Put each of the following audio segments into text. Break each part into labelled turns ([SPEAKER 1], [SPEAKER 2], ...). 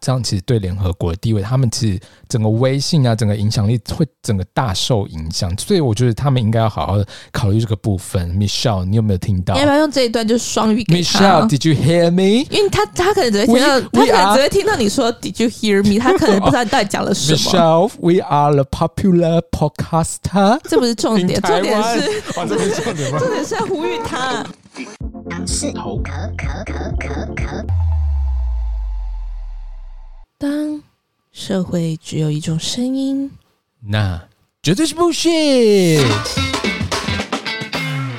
[SPEAKER 1] 这样其实对联合国的地位，他们其实整个威信啊，整个影响力会整个大受影响，所以我觉得他们应该要好好的考虑这个部分。Michelle，你有没有听到
[SPEAKER 2] 你要不要用这一段就是双语给他？
[SPEAKER 1] ？Michelle，Did you hear me？
[SPEAKER 2] 因为他他可能只会听到，
[SPEAKER 1] We-
[SPEAKER 2] 他
[SPEAKER 1] we
[SPEAKER 2] 可能
[SPEAKER 1] are-
[SPEAKER 2] 只会听到你说 “Did you hear me”，他可能不知道你到底讲了什么。
[SPEAKER 1] Michelle, we are the popular podcaster
[SPEAKER 2] 这不是重
[SPEAKER 1] in
[SPEAKER 2] 点，重
[SPEAKER 1] Taiwan。
[SPEAKER 2] 点是
[SPEAKER 1] 哇，这不是重点吗？
[SPEAKER 2] 重点是要呼吁他。当社会只有一种声音，
[SPEAKER 1] 那绝对是不屑。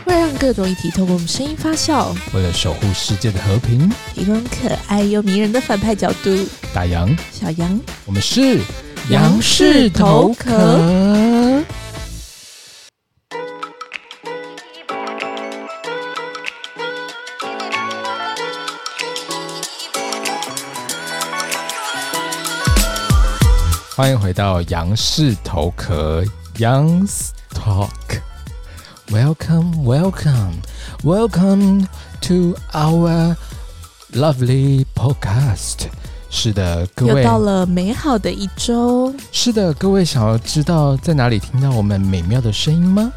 [SPEAKER 2] 会让各种议题透过我们声音发酵，
[SPEAKER 1] 为了守护世界的和平，
[SPEAKER 2] 提供可爱又迷人的反派角度。
[SPEAKER 1] 打烊。
[SPEAKER 2] 小羊，
[SPEAKER 1] 我们是
[SPEAKER 2] 杨氏头壳
[SPEAKER 1] 杨氏头壳。欢迎回到杨氏头壳 Young's Talk。Welcome, welcome, welcome to our lovely podcast。是的，各
[SPEAKER 2] 又
[SPEAKER 1] 位，
[SPEAKER 2] 到了美好的一周，
[SPEAKER 1] 是的，各位想要知道在哪里听到我们美妙的声音吗？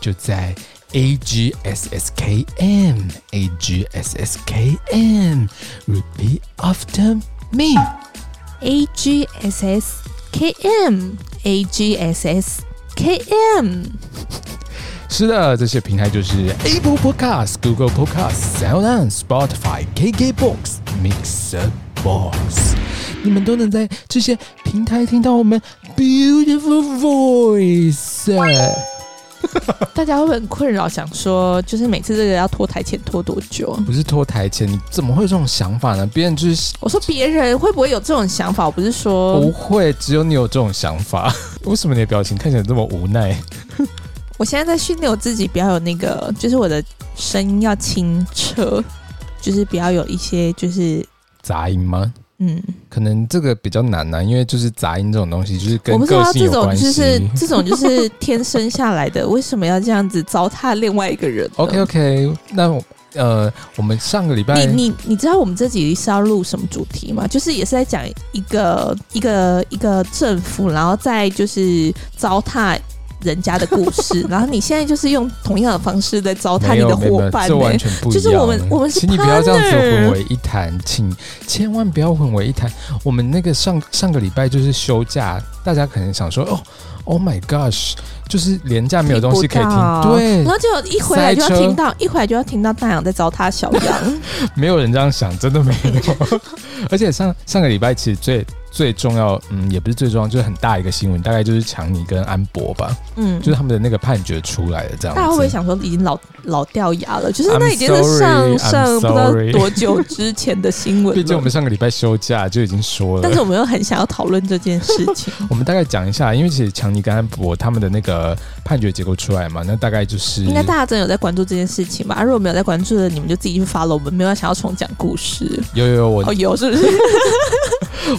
[SPEAKER 1] 就在 A G S S K M A G S S K M Repeat after me。
[SPEAKER 2] A G S S K M A G S S K M，
[SPEAKER 1] 是的，这些平台就是 Apple Podcast、Google Podcast、Sound On、Spotify、KKBox、Mixer Box，你们都能在这些平台听到我们 beautiful voice。
[SPEAKER 2] 大家会不会很困扰，想说就是每次这个要拖台前拖多久？
[SPEAKER 1] 不是拖台前，你怎么会有这种想法呢？别人就是
[SPEAKER 2] 我说别人会不会有这种想法？我不是说
[SPEAKER 1] 不会，只有你有这种想法。 为什么你的表情看起来这么无奈？
[SPEAKER 2] 我现在在训练我自己，不要有那个，就是我的声音要清澈，就是不要有一些就是
[SPEAKER 1] 杂音吗？
[SPEAKER 2] 嗯，
[SPEAKER 1] 可能这个比较难呢、因为就是杂音这种东西，就是
[SPEAKER 2] 我
[SPEAKER 1] 跟
[SPEAKER 2] 不知
[SPEAKER 1] 个
[SPEAKER 2] 道
[SPEAKER 1] 性
[SPEAKER 2] 这
[SPEAKER 1] 有
[SPEAKER 2] 种
[SPEAKER 1] 关系。
[SPEAKER 2] 就是这种就是天生下来的，为什么要这样子糟蹋另外一个人呢
[SPEAKER 1] OK OK，那我呃，我们上个礼拜
[SPEAKER 2] 你你你知道我们这集是要录什么主题吗？就是也是在讲一个一个一个政府，然后再就是糟蹋人家的故 事。然后你现在就是用同样的方式在糟蹋
[SPEAKER 1] 没
[SPEAKER 2] 你
[SPEAKER 1] 有
[SPEAKER 2] 的
[SPEAKER 1] 没有没
[SPEAKER 2] 伙
[SPEAKER 1] 有
[SPEAKER 2] 伴、
[SPEAKER 1] 这完
[SPEAKER 2] 欸。
[SPEAKER 1] 全不一样。
[SPEAKER 2] 就是我们我们是
[SPEAKER 1] 请你不要这样子
[SPEAKER 2] partner
[SPEAKER 1] 混为一谈，请千万不要混为一谈。我们那个上上个礼拜就是休假，大家可能想说哦，Oh my gosh，就是廉价没有东西可以
[SPEAKER 2] 不到
[SPEAKER 1] 听，对
[SPEAKER 2] 然，后就一回来就要
[SPEAKER 1] 塞车
[SPEAKER 2] 听到，一回来就要听到大洋在糟蹋小 羊。
[SPEAKER 1] 没有人这样想，真的没 有。而且上上个礼拜其实最最重要，嗯，也不是最重要，就是很大一个新闻，大概就是强尼跟安博吧，
[SPEAKER 2] 嗯，
[SPEAKER 1] 就是他们的那个判决出来了，这样子。
[SPEAKER 2] 大家会不会想说已经老老掉牙了？就是
[SPEAKER 1] I'm
[SPEAKER 2] 那已经是
[SPEAKER 1] sorry,
[SPEAKER 2] 上
[SPEAKER 1] I'm
[SPEAKER 2] 上不知道
[SPEAKER 1] sorry
[SPEAKER 2] 多久之前的新闻
[SPEAKER 1] 毕竟我
[SPEAKER 2] 了。
[SPEAKER 1] 们上个礼拜休假就已经说
[SPEAKER 2] 但是
[SPEAKER 1] 了，
[SPEAKER 2] 我们又很想要讨论这件事情。
[SPEAKER 1] 我们大概讲一下，因为其实强尼跟安博他们的那个判决结果出来嘛，那大概就是
[SPEAKER 2] 应该大家真的有在关注这件事情吧？啊如果没有在关注的，你们就自己去 follow 我们，没有想要重讲故事。
[SPEAKER 1] 有有有我、
[SPEAKER 2] 哦，有是不是？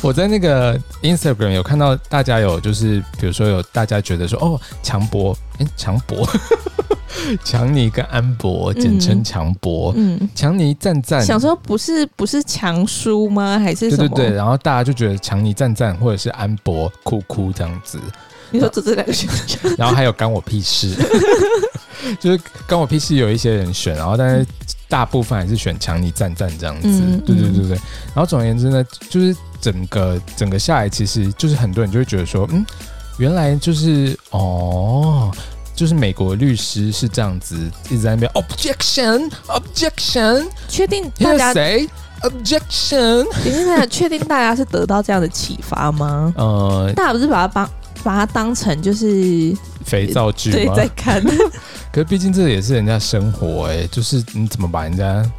[SPEAKER 1] 我在那个 Instagram 有看到大家有就是比如说有大家觉得说哦强博诶，强博 强尼跟安博简称
[SPEAKER 2] 嗯
[SPEAKER 1] 强博，
[SPEAKER 2] 嗯，
[SPEAKER 1] 强尼赞赞，
[SPEAKER 2] 想说不是不是强叔吗？还是
[SPEAKER 1] 对
[SPEAKER 2] 什么？
[SPEAKER 1] 对啊对，然后大家就觉得强尼赞赞或者是安博酷酷这样子，
[SPEAKER 2] 你说这这两个选项，
[SPEAKER 1] 然后还有干我屁事， 就是干我屁事有一些人选，啊然后但是大部分还是选强尼赞赞这样子，
[SPEAKER 2] 嗯
[SPEAKER 1] 对对
[SPEAKER 2] 嗯
[SPEAKER 1] 对对。然后总而言之呢，就是整个整个下来，其实就是很多人就会觉得说，嗯，原来就是哦。就是美国律师是这样子，一直在那边 objection objection，
[SPEAKER 2] 确定
[SPEAKER 1] 那
[SPEAKER 2] 大 家
[SPEAKER 1] 个谁 objection，
[SPEAKER 2] 等一下，确定大家是得到这样的启 发吗？
[SPEAKER 1] 呃，
[SPEAKER 2] 大家不是把它当把它当成就是
[SPEAKER 1] 肥皂剧
[SPEAKER 2] 对
[SPEAKER 1] 吗？
[SPEAKER 2] 在看，
[SPEAKER 1] 可是毕竟这也是人家生活哎、就是你怎么把人家？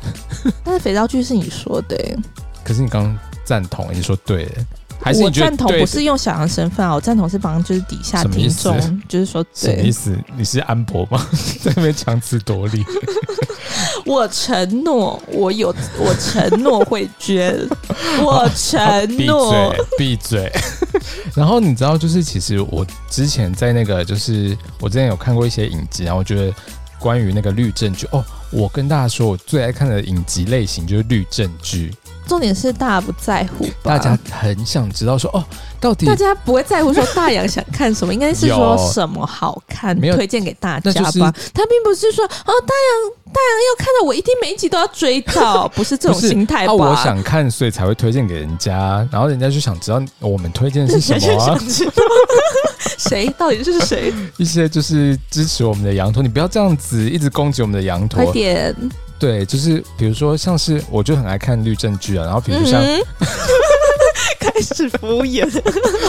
[SPEAKER 2] 但是肥皂剧是你说的、欸，
[SPEAKER 1] 可是你刚刚赞同，你说对、欸，还是
[SPEAKER 2] 我
[SPEAKER 1] 你觉得
[SPEAKER 2] 赞同
[SPEAKER 1] 对
[SPEAKER 2] 不是用小杨身份啊，我赞同是帮就是底下
[SPEAKER 1] 什么意
[SPEAKER 2] 听
[SPEAKER 1] 思
[SPEAKER 2] 众，就是说
[SPEAKER 1] 什么意
[SPEAKER 2] 对，
[SPEAKER 1] 思？你是安博吗？ 在那边强词夺理？
[SPEAKER 2] 我承诺，我有我承诺会捐， 我承
[SPEAKER 1] 闭
[SPEAKER 2] 诺
[SPEAKER 1] 嘴，闭嘴。 然后你知道，就是其实我之前在那个，就是我之前有看过一些影集，然后我觉得关于那个律政剧哦，我跟大家说，我最爱看的影集类型就是律政剧，
[SPEAKER 2] 重点是大家不在乎
[SPEAKER 1] 大
[SPEAKER 2] 吧，
[SPEAKER 1] 家很想知道说哦，到底
[SPEAKER 2] 大家不会在乎说大洋想看什么，应该是说什么好看，
[SPEAKER 1] 没有
[SPEAKER 2] 推荐给大家
[SPEAKER 1] 那
[SPEAKER 2] 吧。
[SPEAKER 1] 就是
[SPEAKER 2] 他并不是说哦，大洋大洋要看到我一定每一集都要追 到，不是这种
[SPEAKER 1] 不是
[SPEAKER 2] 心态吧？
[SPEAKER 1] 啊，我想看，所以才会推荐给人家，然后人家就想知道哦我们推荐的
[SPEAKER 2] 这
[SPEAKER 1] 是什么、啊，
[SPEAKER 2] 想知道谁到底是 谁？
[SPEAKER 1] 一些就是支持我们的羊驼，你不要这样子一直攻击我们的羊
[SPEAKER 2] 快
[SPEAKER 1] 驼。
[SPEAKER 2] 点！
[SPEAKER 1] 对，就是比如说像是我就很爱看律政剧啊，然后比如 像、
[SPEAKER 2] 嗯，开始敷衍。
[SPEAKER 1] 啊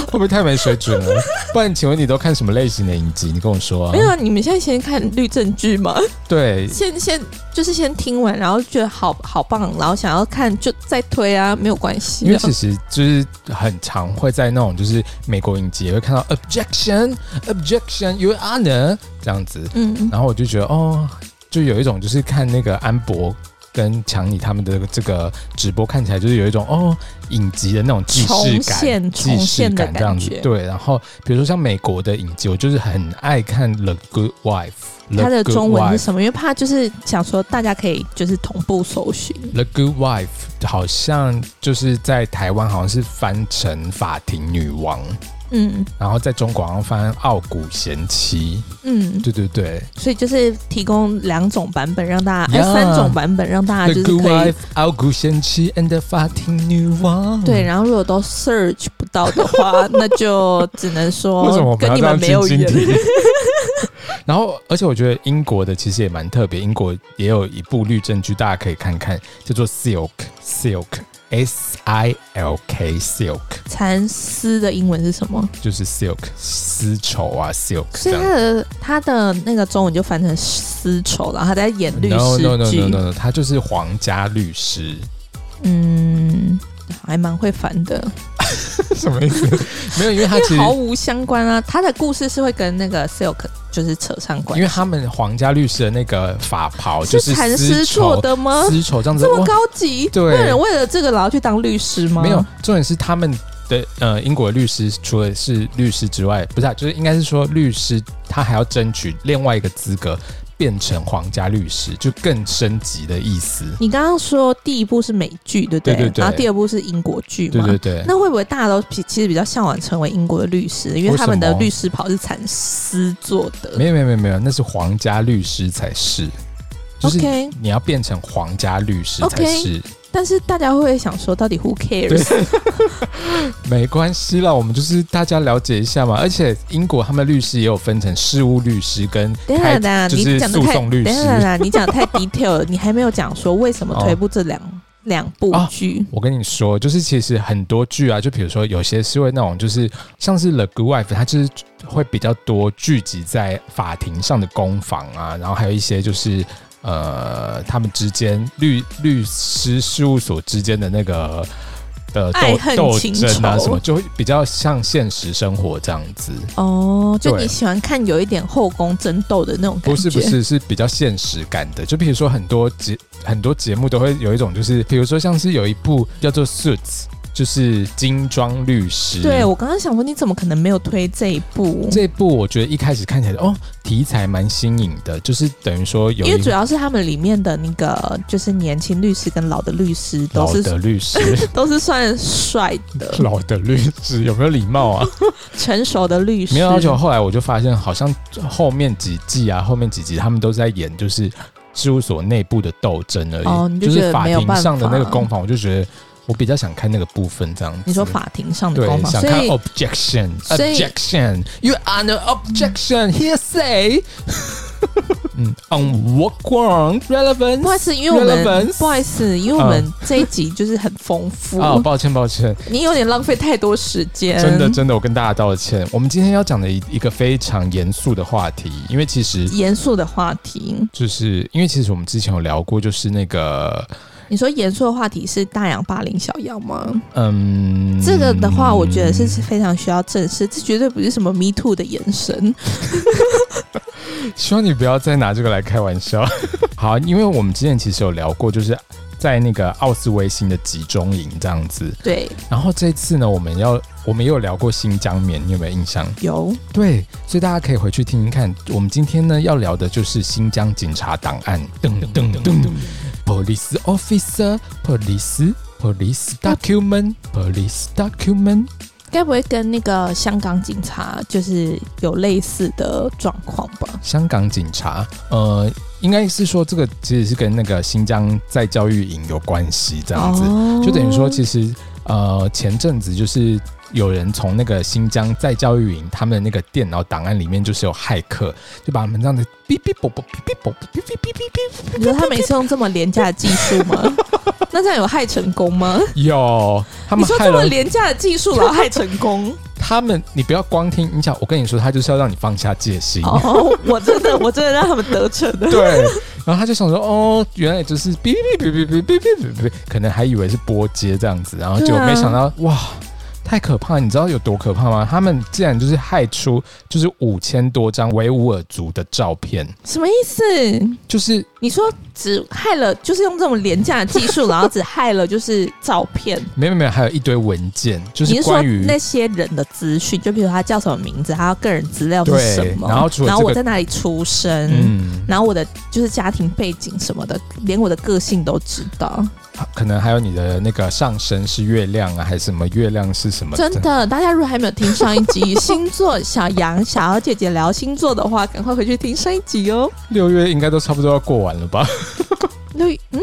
[SPEAKER 1] 会不会太没水准了？不然请问你都看什么类型的影集？你跟我 说、啊。
[SPEAKER 2] 没有，啊，你们现在先看律政剧吗？
[SPEAKER 1] 对，
[SPEAKER 2] 先先就是先听完，然后觉得好好棒，然后想要看就再推啊，没有关系
[SPEAKER 1] 因 为
[SPEAKER 2] 啊。
[SPEAKER 1] 其实就是很常会在那种就是美国影集也会看到 objection objection your honor 这样子，
[SPEAKER 2] 嗯，
[SPEAKER 1] 然后我就觉得哦，就有一种就是看那个安博跟强尼他们的这个直播，看起来就是有一种哦影集的那种既视
[SPEAKER 2] 重
[SPEAKER 1] 感、
[SPEAKER 2] 现
[SPEAKER 1] 既
[SPEAKER 2] 重
[SPEAKER 1] 视
[SPEAKER 2] 现的
[SPEAKER 1] 感这样子
[SPEAKER 2] 感。觉
[SPEAKER 1] 对，然后比如说像美国的影集，我就是很爱看《The Good Wife》，
[SPEAKER 2] 它的中文是
[SPEAKER 1] 《
[SPEAKER 2] 什么？因为怕就是想说大家可以就是同步搜寻。
[SPEAKER 1] The Good Wife》好像就是在台湾好像是翻成《法庭女王》，
[SPEAKER 2] 嗯
[SPEAKER 1] 然后在中国好像翻《傲骨贤妻》。
[SPEAKER 2] 嗯，
[SPEAKER 1] 对对对，
[SPEAKER 2] 所以就是提供两种版本让大家，哎、
[SPEAKER 1] Yeah
[SPEAKER 2] 三种版本让大家
[SPEAKER 1] The
[SPEAKER 2] 啊就是
[SPEAKER 1] Good
[SPEAKER 2] 可以
[SPEAKER 1] Wife》、《傲骨贤妻》and《The 法庭女王》。
[SPEAKER 2] 对。然后如果都 search 不到的话， 那就只能
[SPEAKER 1] 为什么我
[SPEAKER 2] 说
[SPEAKER 1] 们
[SPEAKER 2] 哦跟
[SPEAKER 1] 要
[SPEAKER 2] 你
[SPEAKER 1] 这样
[SPEAKER 2] 们没有
[SPEAKER 1] 晶晶
[SPEAKER 2] 缘。
[SPEAKER 1] 体？然后，而且我觉得英国的其实也蛮特别，英国也有一部律政剧，大家可以看看，叫做《Silk》，Silk。S I L K silk
[SPEAKER 2] 蚕丝的英文是什么？
[SPEAKER 1] 就是 silk 丝绸啊 silk
[SPEAKER 2] 所
[SPEAKER 1] 这
[SPEAKER 2] 以
[SPEAKER 1] 样
[SPEAKER 2] 他的他的那个中文就翻成丝绸，然后他在演律
[SPEAKER 1] No
[SPEAKER 2] 师
[SPEAKER 1] no no
[SPEAKER 2] 剧
[SPEAKER 1] no no，no，他就是皇家律 师，
[SPEAKER 2] 嗯，还蛮会翻的，
[SPEAKER 1] 什么意思？没有，因为他其
[SPEAKER 2] 因
[SPEAKER 1] 实
[SPEAKER 2] 为毫无相关啊。他的故事是会跟那个 silk 就是扯上关
[SPEAKER 1] 因为他们皇家律师的那个法袍就是
[SPEAKER 2] 蚕
[SPEAKER 1] 丝
[SPEAKER 2] 丝
[SPEAKER 1] 绸
[SPEAKER 2] 做的吗？
[SPEAKER 1] 丝绸这样子，
[SPEAKER 2] 这么
[SPEAKER 1] 哇
[SPEAKER 2] 高级，
[SPEAKER 1] 对
[SPEAKER 2] 会有人为了这个然后去当律师吗？
[SPEAKER 1] 没有，，重点是他们的呃，英国的律师除了是律师之外，不是、啊，就是应该是说律师他还要争取另外一个资格，变成皇家律师，就更升级的意思。
[SPEAKER 2] 你刚刚说第一部是美剧，对不
[SPEAKER 1] 对对对
[SPEAKER 2] 然后第二部是英国剧嘛？
[SPEAKER 1] 对对对，
[SPEAKER 2] 那会不会大家都其其实比较向往成为英国的律师，因
[SPEAKER 1] 为什
[SPEAKER 2] 为他
[SPEAKER 1] 么
[SPEAKER 2] 们的律师袍是蚕丝做的？
[SPEAKER 1] 没有没有没有没有，那是皇家律师才是，就是你
[SPEAKER 2] OK，
[SPEAKER 1] 你要变成皇家律师才
[SPEAKER 2] OK
[SPEAKER 1] 是。
[SPEAKER 2] 但是大家会不会想说，到底 who cares？
[SPEAKER 1] 没关系啦，我们就是大家了解一下嘛。而且英国他们律师也有分成事务律师跟
[SPEAKER 2] 等一
[SPEAKER 1] 开
[SPEAKER 2] 下，等一下，
[SPEAKER 1] 就
[SPEAKER 2] 你
[SPEAKER 1] 是
[SPEAKER 2] 讲的
[SPEAKER 1] 诉
[SPEAKER 2] 太，
[SPEAKER 1] 讼律
[SPEAKER 2] 等一下，等一
[SPEAKER 1] 师。
[SPEAKER 2] 下，你讲得太 detail 了，你还没有讲说为什么推不这两、两部剧。
[SPEAKER 1] 嗯我跟你说，就是其实很多剧啊，就比如说有些是会那种，就是像是《The Good Wife》，它就是会比较多聚集在法庭上的攻防啊，然后还有一些就是呃，他们之间律律师事务所之间的那个的
[SPEAKER 2] 爱
[SPEAKER 1] 斗
[SPEAKER 2] 恨
[SPEAKER 1] 斗
[SPEAKER 2] 情
[SPEAKER 1] 争啊，
[SPEAKER 2] 仇
[SPEAKER 1] 什么就会比较像现实生活这样子。
[SPEAKER 2] 哦，就
[SPEAKER 1] 对
[SPEAKER 2] 你喜欢看有一点后宫争斗的那种感觉，
[SPEAKER 1] 不是不是，是比较现实感的。就比如说很多节很多节目都会有一种，就是比如说像是有一部叫做《Suits》，就是精装律师。
[SPEAKER 2] 对我刚刚想说，你怎么可能没有推这一部？
[SPEAKER 1] 这部我觉得一开始看起来哦，题材蛮新颖的，就是等于说有
[SPEAKER 2] 因为
[SPEAKER 1] 一
[SPEAKER 2] 主要是他们里面的那个，就是年轻律师跟老的律师都
[SPEAKER 1] 老
[SPEAKER 2] 是
[SPEAKER 1] 的律师，
[SPEAKER 2] 都是算帅的、
[SPEAKER 1] 老的律师有没有礼貌啊？
[SPEAKER 2] 成熟的律师。
[SPEAKER 1] 没有要求。后来我就发现，好像后面几季啊，后面几集他们都在演就是事务所内部的斗争而已，
[SPEAKER 2] 哦你就觉
[SPEAKER 1] 是
[SPEAKER 2] 得
[SPEAKER 1] 法
[SPEAKER 2] 没有
[SPEAKER 1] 庭
[SPEAKER 2] 办法
[SPEAKER 1] 上的那个攻防，我就觉得我比较想看那个部分这样子。
[SPEAKER 2] 你说法庭上的
[SPEAKER 1] 对
[SPEAKER 2] 攻，防，
[SPEAKER 1] 想
[SPEAKER 2] 所
[SPEAKER 1] 看
[SPEAKER 2] 以
[SPEAKER 1] objection
[SPEAKER 2] 所以
[SPEAKER 1] objection you are no objection hearsay 嗯 on what ground
[SPEAKER 2] 不好意
[SPEAKER 1] relevance
[SPEAKER 2] 思，因为我们
[SPEAKER 1] relevance
[SPEAKER 2] 不好意思，因为我们这一集就是很丰富，
[SPEAKER 1] 哦，抱歉抱歉，
[SPEAKER 2] 你有点浪费太多时间。
[SPEAKER 1] 真的真的，我跟大家道歉。我们今天要讲的一一个非常严肃的话题，因为其实
[SPEAKER 2] 严肃的话题，
[SPEAKER 1] 就是因为其实我们之前有聊过，就是那个
[SPEAKER 2] 你说严肃的话题是大洋霸凌小妖吗？
[SPEAKER 1] 嗯，
[SPEAKER 2] 这个的话，我觉得是非常需要正视，这绝对不是什么 Me Too 的延伸。
[SPEAKER 1] 希望你不要再拿这个来开玩笑。好，因为我们之前其实有聊过，就是在那个奥斯维辛的集中营这样子。
[SPEAKER 2] 对，
[SPEAKER 1] 然后这次呢，我们要我们也有聊过新疆棉，你有没有印象？
[SPEAKER 2] 有
[SPEAKER 1] 对，所以大家可以回去听听看。我们今天呢要聊的就是新疆警察档案，噔噔噔噔，Police Officer Police Police Document Police Document。
[SPEAKER 2] 该不会跟那个香港警察就是有类似的状况吧？
[SPEAKER 1] 香港警察，呃，应该是说这个其实是跟那个新疆在教育营有关系，这样子，
[SPEAKER 2] 哦
[SPEAKER 1] 就等于说其实呃前阵子就是。有人从那个新疆在教育营，他们的那个电脑档案里面就是有骇客，就把他们这样子哔哔啵啵哔哔啵啵哔哔哔哔哔，
[SPEAKER 2] 哦你觉得他每次用这么廉价的技术 吗？那这样有害成功吗？
[SPEAKER 1] 有他
[SPEAKER 2] 你
[SPEAKER 1] 们
[SPEAKER 2] 说
[SPEAKER 1] 害
[SPEAKER 2] 这么
[SPEAKER 1] 了
[SPEAKER 2] 廉价的技术，然后害成 功？
[SPEAKER 1] 他们，你不要光听你想，我跟你说，他就是要让你放下戒心。
[SPEAKER 2] 哦，我真的，我真的让他们得逞 了。
[SPEAKER 1] 对，然后他就想说，哦，原来就是哔哔哔哔哔哔哔哔哔，可能还以为是波接这样子，然后结果
[SPEAKER 2] 对啊
[SPEAKER 1] 没想到，哇，太可怕！你知道有多可怕吗？他们竟然就是害出就是五千多张维吾尔族的照片，
[SPEAKER 2] 什么意思？
[SPEAKER 1] 就是
[SPEAKER 2] 你说只害了，就是用这种廉价的技术，然后只害了就是照片。
[SPEAKER 1] 没有没有，还有一堆文件， 就
[SPEAKER 2] 你
[SPEAKER 1] 是
[SPEAKER 2] 是说
[SPEAKER 1] 关于
[SPEAKER 2] 那些人的资讯，就比如他叫什么名字，他个人资料是
[SPEAKER 1] 对
[SPEAKER 2] 什么，
[SPEAKER 1] 嗯然后除了这个
[SPEAKER 2] 我在哪里出生，
[SPEAKER 1] 嗯，
[SPEAKER 2] 然后我的就是家庭背景什么的，连我的个性都知道。
[SPEAKER 1] 可能还有你的那个上身是月亮啊，还是什么月亮是什么？
[SPEAKER 2] 真的，大家如果还没有听上一 集星座小杨小姐姐聊星座的话，赶快回去听上一集哦。
[SPEAKER 1] 六月应该都差不多要过完了吧？
[SPEAKER 2] 那嗯，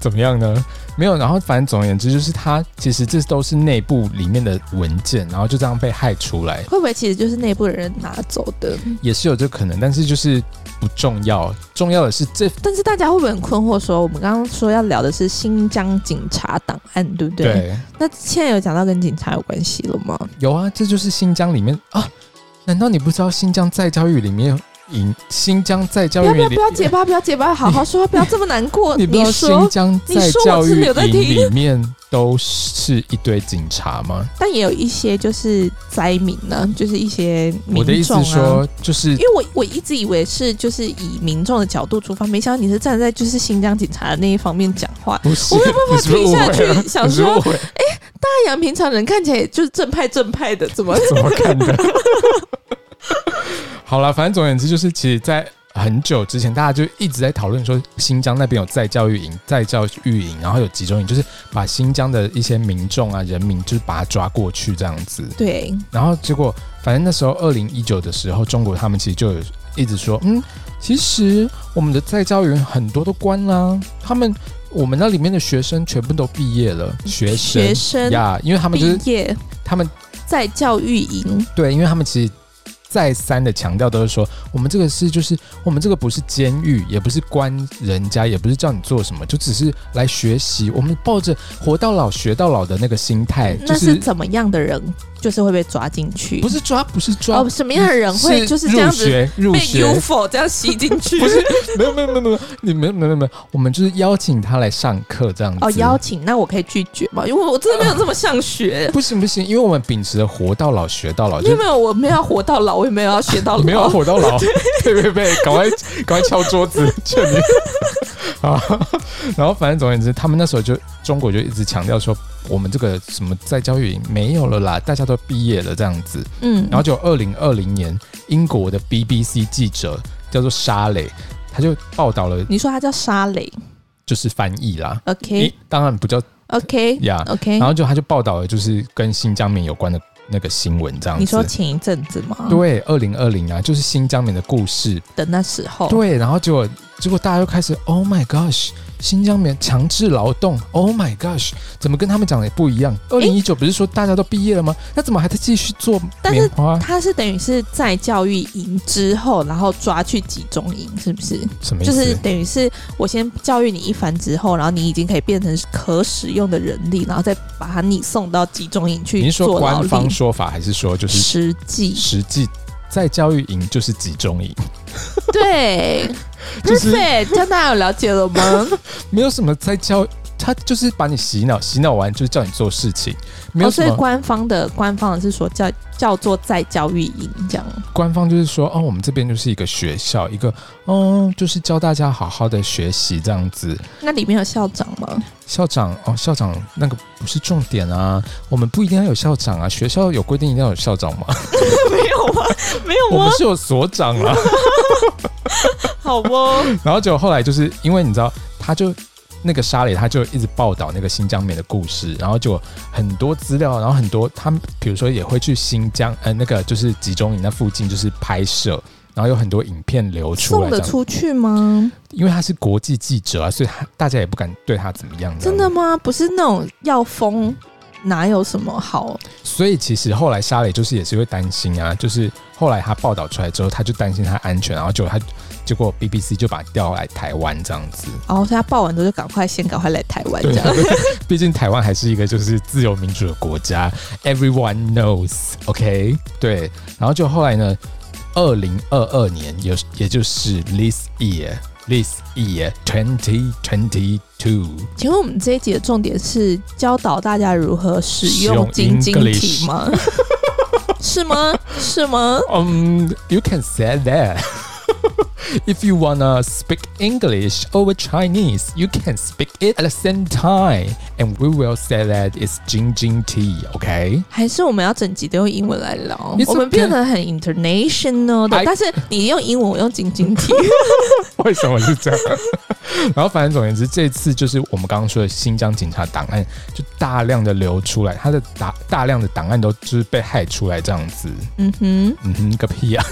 [SPEAKER 1] 怎么样呢？没有，然后反正总而言之，就是它其实这都是内部里面的文件，然后就这样被害出来，
[SPEAKER 2] 会不会其实就是内部的人拿走的？
[SPEAKER 1] 也是有这可能，但是就是不重要，重要的是这
[SPEAKER 2] 但是大家会不会很困惑说我们刚刚说要聊的是新疆警察档案，对不对？
[SPEAKER 1] 对
[SPEAKER 2] 那现在有讲到跟警察有关系了吗？
[SPEAKER 1] 有啊，这就是新疆里面啊，难道你不知道新疆在教育里面营新疆在教
[SPEAKER 2] 不
[SPEAKER 1] 育
[SPEAKER 2] 要
[SPEAKER 1] 里
[SPEAKER 2] 不要不要结巴，不要结巴，好 好说话，不要这么难过。
[SPEAKER 1] 你不知道新
[SPEAKER 2] 说，
[SPEAKER 1] 疆
[SPEAKER 2] 你
[SPEAKER 1] 在
[SPEAKER 2] 说我
[SPEAKER 1] 教
[SPEAKER 2] 是
[SPEAKER 1] 育
[SPEAKER 2] 有在
[SPEAKER 1] 营
[SPEAKER 2] 听
[SPEAKER 1] 里面都是一堆警察吗？
[SPEAKER 2] 但也有一些就是灾民呢、就是一些民众、啊、
[SPEAKER 1] 我的意思说，就是
[SPEAKER 2] 因为我我一直以为是就是以民众的角度出发，没想到你是站在就是新疆警察的那一方面讲话。
[SPEAKER 1] 不是，
[SPEAKER 2] 我没有办法
[SPEAKER 1] 你是不是
[SPEAKER 2] 听下
[SPEAKER 1] 误会了
[SPEAKER 2] 去
[SPEAKER 1] 你
[SPEAKER 2] 想
[SPEAKER 1] 是不是
[SPEAKER 2] 说
[SPEAKER 1] 误会了
[SPEAKER 2] 太阳平常人看起来就是正派正派的，怎么？
[SPEAKER 1] 怎么看的？好了，反正总而言之，就是其实，在很久之前，大家就一直在讨论说，新疆那边有再教育营、再教育营，然后有集中营，就是把新疆的一些民众啊、人民，就是把他抓过去这样子。
[SPEAKER 2] 对，
[SPEAKER 1] 然后结果，反正那时候二零一九的时候，中国他们其实就有一直说，嗯，其实我们的在教育营很多都关啦，他们我们那里面的学生全部都毕业了，学生
[SPEAKER 2] 学生
[SPEAKER 1] 呀因为他们就是
[SPEAKER 2] 毕业
[SPEAKER 1] 他们
[SPEAKER 2] 在教育营，
[SPEAKER 1] 对，因为他们其实再三的强调都是说，我们这个是就是我们这个不是监狱，也不是关人家，也不是叫你做什么，就只是来学习。我们抱着活到老学到老的那个心态，就
[SPEAKER 2] 嗯那
[SPEAKER 1] 是
[SPEAKER 2] 是怎么样的人就是会被抓进去？
[SPEAKER 1] 不是抓不是抓，
[SPEAKER 2] 哦，什么样的人会就是这样
[SPEAKER 1] 入
[SPEAKER 2] 子
[SPEAKER 1] 学入
[SPEAKER 2] 被
[SPEAKER 1] 学。
[SPEAKER 2] UFO 这样吸进去？
[SPEAKER 1] 不是，没有没有没有没有，你没有没有没有，我们就是邀请他来上课这样子。
[SPEAKER 2] 哦，邀请那我可以拒绝吗？因为我真的没有这么想学。
[SPEAKER 1] 不行不行，因为我们秉持着活到老学到老，
[SPEAKER 2] 因
[SPEAKER 1] 就
[SPEAKER 2] 为
[SPEAKER 1] 是
[SPEAKER 2] 没有，我没有要活到老，我也没有要学到老，
[SPEAKER 1] 没有啊火到 老，对对对，赶快赶快敲桌子，劝你 啊！然后反正总而言之，他们那时候就中国就一直强调说，我们这个什么在教育营没有了啦，大家都毕业了这样子。
[SPEAKER 2] 嗯，
[SPEAKER 1] 然后就二零二零年，英国的 BBC 记者叫做沙磊，他就报道了，
[SPEAKER 2] 你说他叫沙磊
[SPEAKER 1] 就是翻译啦。咦
[SPEAKER 2] ，OK，
[SPEAKER 1] 当然不叫
[SPEAKER 2] OK
[SPEAKER 1] 呀
[SPEAKER 2] OK，
[SPEAKER 1] 然后就他就报道了，就是跟新疆棉有关的那个新闻这样子。
[SPEAKER 2] 你说前一阵子吗？
[SPEAKER 1] 对，二零二零啊，就是新疆棉的故事。
[SPEAKER 2] 的那时候，
[SPEAKER 1] 对，然后结果结果大家又开始，Oh my gosh，新疆棉强制劳动，Oh my gosh，怎么跟他们讲的也不一样？二零一九不是说大家都毕业了吗？那怎么还在继续做
[SPEAKER 2] 但是
[SPEAKER 1] 棉花？
[SPEAKER 2] 他是等于是在教育营之后，然后抓去集中营，是不是？
[SPEAKER 1] 什么意
[SPEAKER 2] 就
[SPEAKER 1] 思？
[SPEAKER 2] 是等于是我先教育你一番之后，然后你已经可以变成可使用的人力，然后再把它你送到集中营
[SPEAKER 1] 你
[SPEAKER 2] 去
[SPEAKER 1] 是说
[SPEAKER 2] 做劳
[SPEAKER 1] 官方
[SPEAKER 2] 力。
[SPEAKER 1] 说法，还是说就是
[SPEAKER 2] 实际
[SPEAKER 1] 实际在教育营就是集中营，
[SPEAKER 2] 对
[SPEAKER 1] 就是
[SPEAKER 2] 啊 ，perfect，这样大家有了解了吗？
[SPEAKER 1] 没有什么在教他就是把你洗脑，洗脑完就是叫你做事情，没有
[SPEAKER 2] 哦，
[SPEAKER 1] 什
[SPEAKER 2] 所
[SPEAKER 1] 么、
[SPEAKER 2] 以官方的官方是说叫叫做再教育营这样。
[SPEAKER 1] 官方就是说，哦，我们这边就是一个学校，一个哦，就是教大家好好的学习这样子。
[SPEAKER 2] 那里面有校长吗？
[SPEAKER 1] 校长哦，校长那个不是重点啊，我们不一定要有校长啊，学校有规定一定要有校长 吗？
[SPEAKER 2] 没有啊，没
[SPEAKER 1] 我
[SPEAKER 2] 有啊
[SPEAKER 1] 们，是有所长 啊。
[SPEAKER 2] 好哦。
[SPEAKER 1] 然后结果后来就是因为你知道，他就那个沙磊，他就一直报道那个新疆棉的故事，然后就很多资料，然后很多他们比如说也会去新疆，呃，那个就是集中营那附近就是拍摄，然后有很多影片流出来
[SPEAKER 2] 送
[SPEAKER 1] 这
[SPEAKER 2] 得
[SPEAKER 1] 样，
[SPEAKER 2] 出去吗？
[SPEAKER 1] 因为他是国际记者啊，所以他大家也不敢对他怎么样，
[SPEAKER 2] 真的。吗？不是那种要疯，哪有什么好？
[SPEAKER 1] 所以其实后来沙磊就是也是会担心啊，就是后来他报道出来之后，他就担心他安全，然后结果他结果 BBC 就把他调来台湾这样子。
[SPEAKER 2] 然后他报完之后就赶快先赶快来台湾这
[SPEAKER 1] 对
[SPEAKER 2] 样。，
[SPEAKER 1] 毕竟台湾还是一个就是自由民主的国家，everyone knows，OK？、对，然后就后来呢，二零二二年有也就是 this year，this year twenty twenty two，
[SPEAKER 2] 请问我们这一集的重点是教导大家如何使用
[SPEAKER 1] 使用
[SPEAKER 2] 晶晶体吗？ 是吗？是吗？
[SPEAKER 1] 嗯、y o u can say that 。If you wanna speak English over Chinese, you can speak it at the same time, and we will say that it's Jing Jing Tea, okay?
[SPEAKER 2] 还是我们要整集都用英文来聊
[SPEAKER 1] It's？
[SPEAKER 2] 我们
[SPEAKER 1] okay
[SPEAKER 2] 变得很 international 的
[SPEAKER 1] I-，
[SPEAKER 2] 但是你用英文，我用晶 晶体。
[SPEAKER 1] 为什么是这样？ 然后反正总而言之，这次就是我们刚刚说的新疆警察档案，就大量的流出来，他的大大量的档案都就是被害出来这样子。
[SPEAKER 2] 嗯哼，
[SPEAKER 1] 嗯哼，个屁啊！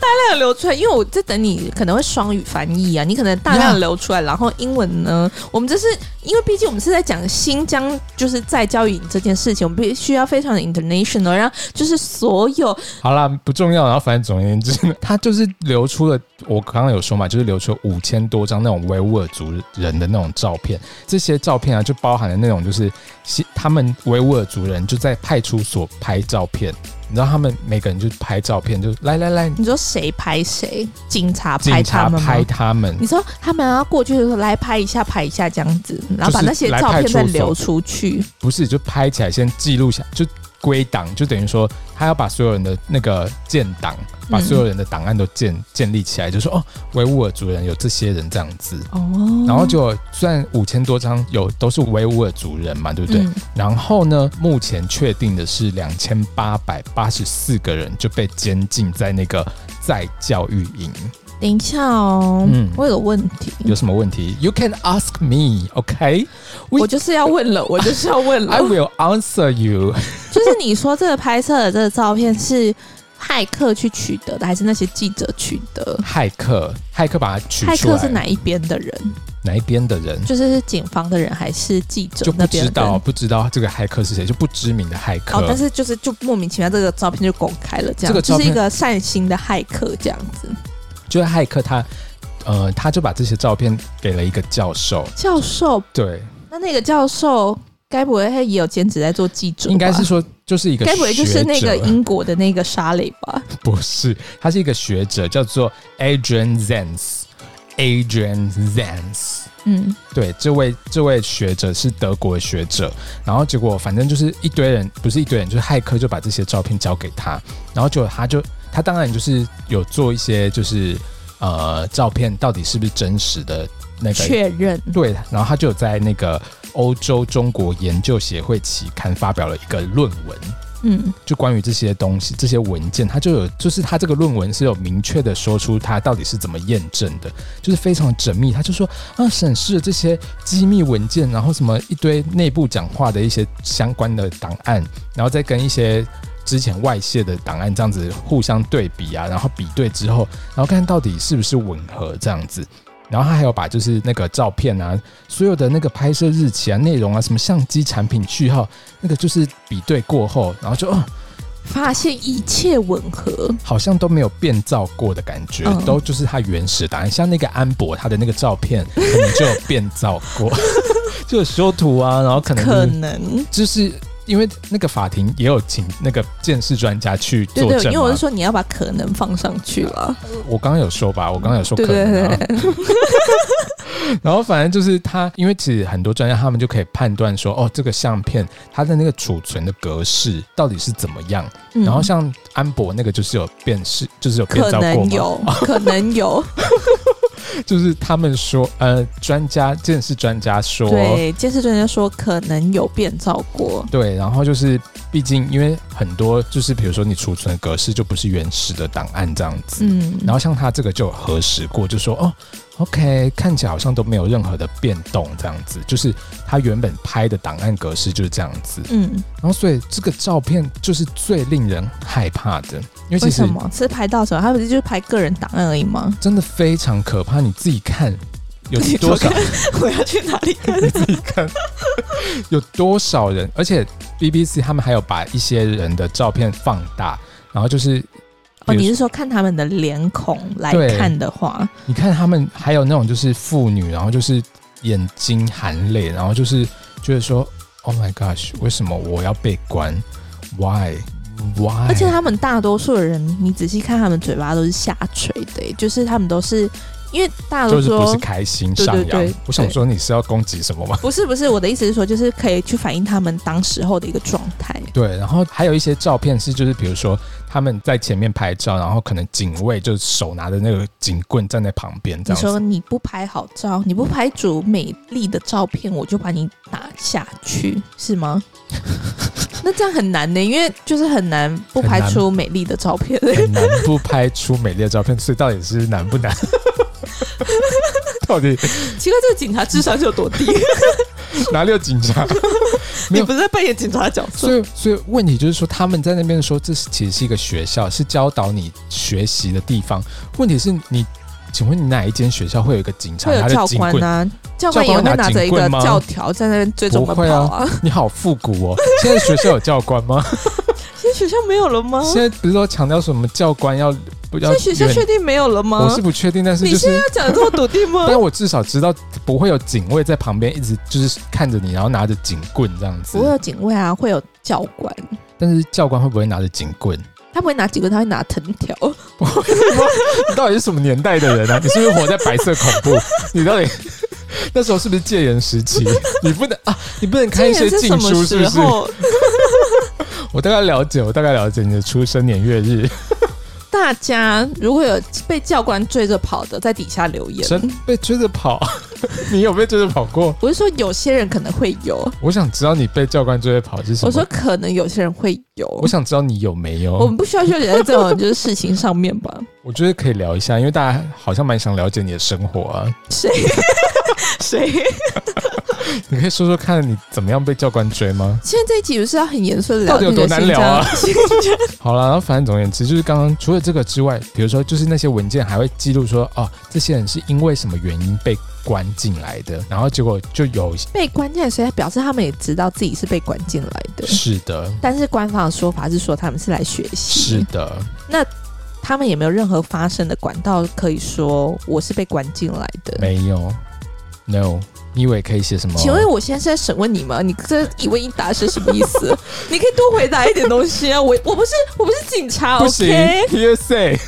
[SPEAKER 2] 大量流出来，因为我在等你可能会双语翻译啊，你可能大量
[SPEAKER 1] Yeah
[SPEAKER 2] 流出来，然后英文呢，我们这是因为毕竟我们是在讲新疆就是在教育营这件事情，我们必须要非常的 international，让就是所有
[SPEAKER 1] 好啦，不重要。然后反正总而言 之呢，他就是流出了，我刚刚有说嘛，就是流出五千多张那种维吾尔族人的那种照片。这些照片啊，就包含了那种就是西他们维吾尔族人就在派出所拍照片，你知道他们每个人就拍照片，就来来来，
[SPEAKER 2] 你说谁拍谁，警察拍
[SPEAKER 1] 警
[SPEAKER 2] 他
[SPEAKER 1] 察
[SPEAKER 2] 们吗
[SPEAKER 1] 嗯拍？他们。
[SPEAKER 2] 你说他们要过去的时候来拍一下，拍一下这样
[SPEAKER 1] 嗯
[SPEAKER 2] 子，然后把那些照片再流出去。
[SPEAKER 1] 不是，就拍起来先记录下，就归档，就等于说他要把所有人的那个建档，把所有人的档案都建、建立起来，就说哦，维吾尔族人有这些人这样子。
[SPEAKER 2] 哦，
[SPEAKER 1] 然后就虽然五千多张有都是维吾尔族人嘛，对不对？
[SPEAKER 2] 嗯
[SPEAKER 1] 然后呢，目前确定的是两千八百八十四个人就被监禁在那个在教育营。
[SPEAKER 2] 等一下哦，
[SPEAKER 1] 嗯
[SPEAKER 2] 我有个问题，
[SPEAKER 1] 有什么问题？You can ask me, OK?
[SPEAKER 2] 我就是要问了，我就是要 问了
[SPEAKER 1] I。will answer you.
[SPEAKER 2] 就是你说这个拍摄的这个照片是骇客去取得的，还是那些记者取得？
[SPEAKER 1] 骇客，骇客把它取
[SPEAKER 2] 骇
[SPEAKER 1] 出来。
[SPEAKER 2] 客是哪一边的人？
[SPEAKER 1] 哪一边的人，
[SPEAKER 2] 就是是警方的人还是记者
[SPEAKER 1] 就不
[SPEAKER 2] 那边
[SPEAKER 1] 知
[SPEAKER 2] 的
[SPEAKER 1] 道
[SPEAKER 2] 人？
[SPEAKER 1] 不知道这个骇客是谁，就不知名的骇客。
[SPEAKER 2] 哦，但是就是就莫名其妙这个照片就公开了，这
[SPEAKER 1] 这
[SPEAKER 2] 样
[SPEAKER 1] 个照
[SPEAKER 2] 就
[SPEAKER 1] 片
[SPEAKER 2] 是一个善心的骇客这样子。
[SPEAKER 1] 就是骇客他，呃，他就把这些照片给了一个教授，
[SPEAKER 2] 教授，
[SPEAKER 1] 对，
[SPEAKER 2] 那那个教授该不会他也有兼职在做记者吧？
[SPEAKER 1] 应该是说就是一个
[SPEAKER 2] 该不会就是那
[SPEAKER 1] 学
[SPEAKER 2] 个
[SPEAKER 1] 者
[SPEAKER 2] 英国的那个沙雷吧？
[SPEAKER 1] 不是，他是一个学者，叫做 Adrian Zens。Adrian Zens，
[SPEAKER 2] 嗯，
[SPEAKER 1] 对，这位这位学者是德国的学者，然后结果反正就是一堆人，不是一堆人，就是骇客就把这些照片交给他，然后结果他就他当然就是有做一些就是呃照片到底是不是真实的那个
[SPEAKER 2] 确认。
[SPEAKER 1] 对，然后他就有在那个欧洲中国研究协会期刊发表了一个论文，
[SPEAKER 2] 嗯，
[SPEAKER 1] 就关于这些东西、这些文件，他就有，就是他这个论文是有明确的说出他到底是怎么验证的，就是非常缜密。他就说啊，审视了这些机密文件，然后什么一堆内部讲话的一些相关的档案，然后再跟一些之前外泄的档案这样子互相对比啊，然后比对之后，然后看到底是不是吻合这样子。然后他还有把就是那个照片啊，所有的那个拍摄日期啊、内容啊、什么相机产品序号，那个就是比对过后，然后就哦，
[SPEAKER 2] 发现一切吻合。
[SPEAKER 1] 好像都没有变造过的感觉，
[SPEAKER 2] 嗯
[SPEAKER 1] 都就是它原始的档案。像那个安博他的那个照片，可 能就有变造过，就有修图啊，然后可能、就是、
[SPEAKER 2] 可能
[SPEAKER 1] 就是因为那个法庭也有请那个鉴识专家去
[SPEAKER 2] 对
[SPEAKER 1] 作
[SPEAKER 2] 对，因
[SPEAKER 1] 证
[SPEAKER 2] 为我
[SPEAKER 1] 嘛
[SPEAKER 2] 是。说你要把可能放上去了，
[SPEAKER 1] 我刚刚有说吧，我刚刚有说可
[SPEAKER 2] 对对
[SPEAKER 1] 能、啊。
[SPEAKER 2] 对，
[SPEAKER 1] 然后反正就是他，因为其实很多专家他们就可以判断说，哦，这个相片它的那个储存的格式到底是怎么样。
[SPEAKER 2] 嗯
[SPEAKER 1] 然后像安博那个就是有辨识，就是有变
[SPEAKER 2] 可
[SPEAKER 1] 造过
[SPEAKER 2] 能
[SPEAKER 1] 嘛，
[SPEAKER 2] 有，可能 有，
[SPEAKER 1] 就是他们说，呃，专家鉴识专家说，
[SPEAKER 2] 对，监视专家说可能有变造过，
[SPEAKER 1] 对，然后就是，毕竟因为很多就是，比如说你储存的格式就不是原始的档案这样子。
[SPEAKER 2] 嗯，
[SPEAKER 1] 然后像他这个就有核实过，就说哦，OK，看起来好像都没有任何的变动这样子，就是他原本拍的档案格式就是这样子。
[SPEAKER 2] 嗯，
[SPEAKER 1] 然后所以这个照片就是最令人害怕的，因为
[SPEAKER 2] 为
[SPEAKER 1] 其
[SPEAKER 2] 什
[SPEAKER 1] 实
[SPEAKER 2] 么是拍到什么？他不是就是拍个人档案而已 吗？
[SPEAKER 1] 真的非常可怕，你自己看有
[SPEAKER 2] 你
[SPEAKER 1] 多少
[SPEAKER 2] 说我要去哪里看？
[SPEAKER 1] 有多少人，而且 BBC 他们还有把一些人的照片放大，然后就是
[SPEAKER 2] 哦，
[SPEAKER 1] 比如
[SPEAKER 2] 你是说看他们的脸孔来
[SPEAKER 1] 对
[SPEAKER 2] 看的话，
[SPEAKER 1] 你看他们还有那种就是妇女，然后就是眼睛含泪，然后就是觉得说，Oh my gosh，为什么我要被关？Why？Why？哎
[SPEAKER 2] 而且他们大多数的人，你仔细看他们嘴巴都是下垂的、欸就是他们都是因为大家
[SPEAKER 1] 就
[SPEAKER 2] 都
[SPEAKER 1] 是不
[SPEAKER 2] 说
[SPEAKER 1] 是开心
[SPEAKER 2] 对
[SPEAKER 1] 上
[SPEAKER 2] 对
[SPEAKER 1] 扬？
[SPEAKER 2] 对
[SPEAKER 1] 我想说你是要攻击什么吗？
[SPEAKER 2] 不是不是，我的意思是说，就是可以去反映他们当时候的一个状态。
[SPEAKER 1] 对，然后还有一些照片是，就是比如说他们在前面拍照，然后可能警卫就是手拿着那个警棍站在旁边这
[SPEAKER 2] 你
[SPEAKER 1] 样
[SPEAKER 2] 说
[SPEAKER 1] 子。
[SPEAKER 2] 你不拍好照，你不拍组美丽的照片，我就把你打下去，是吗？ 那这样很难呢、因为就是很难不拍
[SPEAKER 1] 很难
[SPEAKER 2] 出美丽的照片。
[SPEAKER 1] 很难不拍出美丽的照片，所以到底是难不难？ 到底
[SPEAKER 2] 奇怪，这个警察智商是有多低？
[SPEAKER 1] 哪里有警察？ 没
[SPEAKER 2] 你
[SPEAKER 1] 有
[SPEAKER 2] 不是在扮演警察的角 色？
[SPEAKER 1] 所以，所以问题就是说，他们在那边说，这是其实是一个学校，是教导你学习的地方。问题是你，请问你哪一间学校会有一个警察
[SPEAKER 2] 会有
[SPEAKER 1] 拿
[SPEAKER 2] 教
[SPEAKER 1] 着警
[SPEAKER 2] 官
[SPEAKER 1] 棍？
[SPEAKER 2] 啊，教官也会拿着一个教条在那边追踪我们跑
[SPEAKER 1] 不
[SPEAKER 2] 啊。
[SPEAKER 1] 你好复古哦！现在学校有教官 吗？
[SPEAKER 2] 现在 学校没有了吗？
[SPEAKER 1] 现在不是都强调什么教官要不要
[SPEAKER 2] 现在学校
[SPEAKER 1] 远
[SPEAKER 2] 确定没有了吗？
[SPEAKER 1] 我是不确定，但是
[SPEAKER 2] 你
[SPEAKER 1] 就
[SPEAKER 2] 现在
[SPEAKER 1] 是，
[SPEAKER 2] 要讲的这么笃定 吗？
[SPEAKER 1] 但我至少知道不会有警卫在旁边一直就是看着你，然后拿着警棍这样子
[SPEAKER 2] 不。会有警卫啊，会有教官。
[SPEAKER 1] 但是教官会不会拿着警棍？
[SPEAKER 2] 他不会拿警棍，他会拿藤 条。
[SPEAKER 1] 你到底是什么年代的人啊？你是不是活在白色恐 怖？你到底 那时候是不是戒严时期？你不能啊，你不能看一些
[SPEAKER 2] 这也是
[SPEAKER 1] 禁
[SPEAKER 2] 什
[SPEAKER 1] 书，
[SPEAKER 2] 么
[SPEAKER 1] 是不
[SPEAKER 2] 时
[SPEAKER 1] 是？
[SPEAKER 2] 候？
[SPEAKER 1] 我大概了解，我大概了解你的出生年月日。
[SPEAKER 2] 大家如果有被教官追着跑的，在底下留言。
[SPEAKER 1] 真被追着跑， 你有被追着跑过？
[SPEAKER 2] 我是说，有些人可能会有，
[SPEAKER 1] 我想知道你被教官追着跑是什么。哦
[SPEAKER 2] 我说，可能有些人会有。
[SPEAKER 1] 我想知道你有没有。
[SPEAKER 2] 我
[SPEAKER 1] 我
[SPEAKER 2] 们不需要纠结在这种就是事情上面吧？
[SPEAKER 1] 觉得可以聊一下，因为大家好像蛮想了解你的生活啊。
[SPEAKER 2] 谁 谁？
[SPEAKER 1] 你可以说说看你怎么样被教官追吗？
[SPEAKER 2] 现在这一集不是要很严肃地聊
[SPEAKER 1] 到底有多难聊啊
[SPEAKER 2] 那个新疆？
[SPEAKER 1] 好了，然后反正总而言之，就是刚刚除了这个之外，比如说就是那些文件还会记录说，哦，这些人是因为什么原因被关进来的，然后结果就有
[SPEAKER 2] 被关进来，所以表示他们也知道自己是被关进来的。
[SPEAKER 1] 是的，
[SPEAKER 2] 但是官方的说法是说他们是来学
[SPEAKER 1] 是
[SPEAKER 2] 习，
[SPEAKER 1] 的，
[SPEAKER 2] 他们也没有任何发声的管道可以说我是被关进来的。
[SPEAKER 1] 没有，no，你以为可以写什么？
[SPEAKER 2] 请问我现在是在审问你吗？你这一问一答是什么意 思？你可以多回答一点东西啊！我我不是我不是警察
[SPEAKER 1] 不行
[SPEAKER 2] ，OK？
[SPEAKER 1] ，hearsay，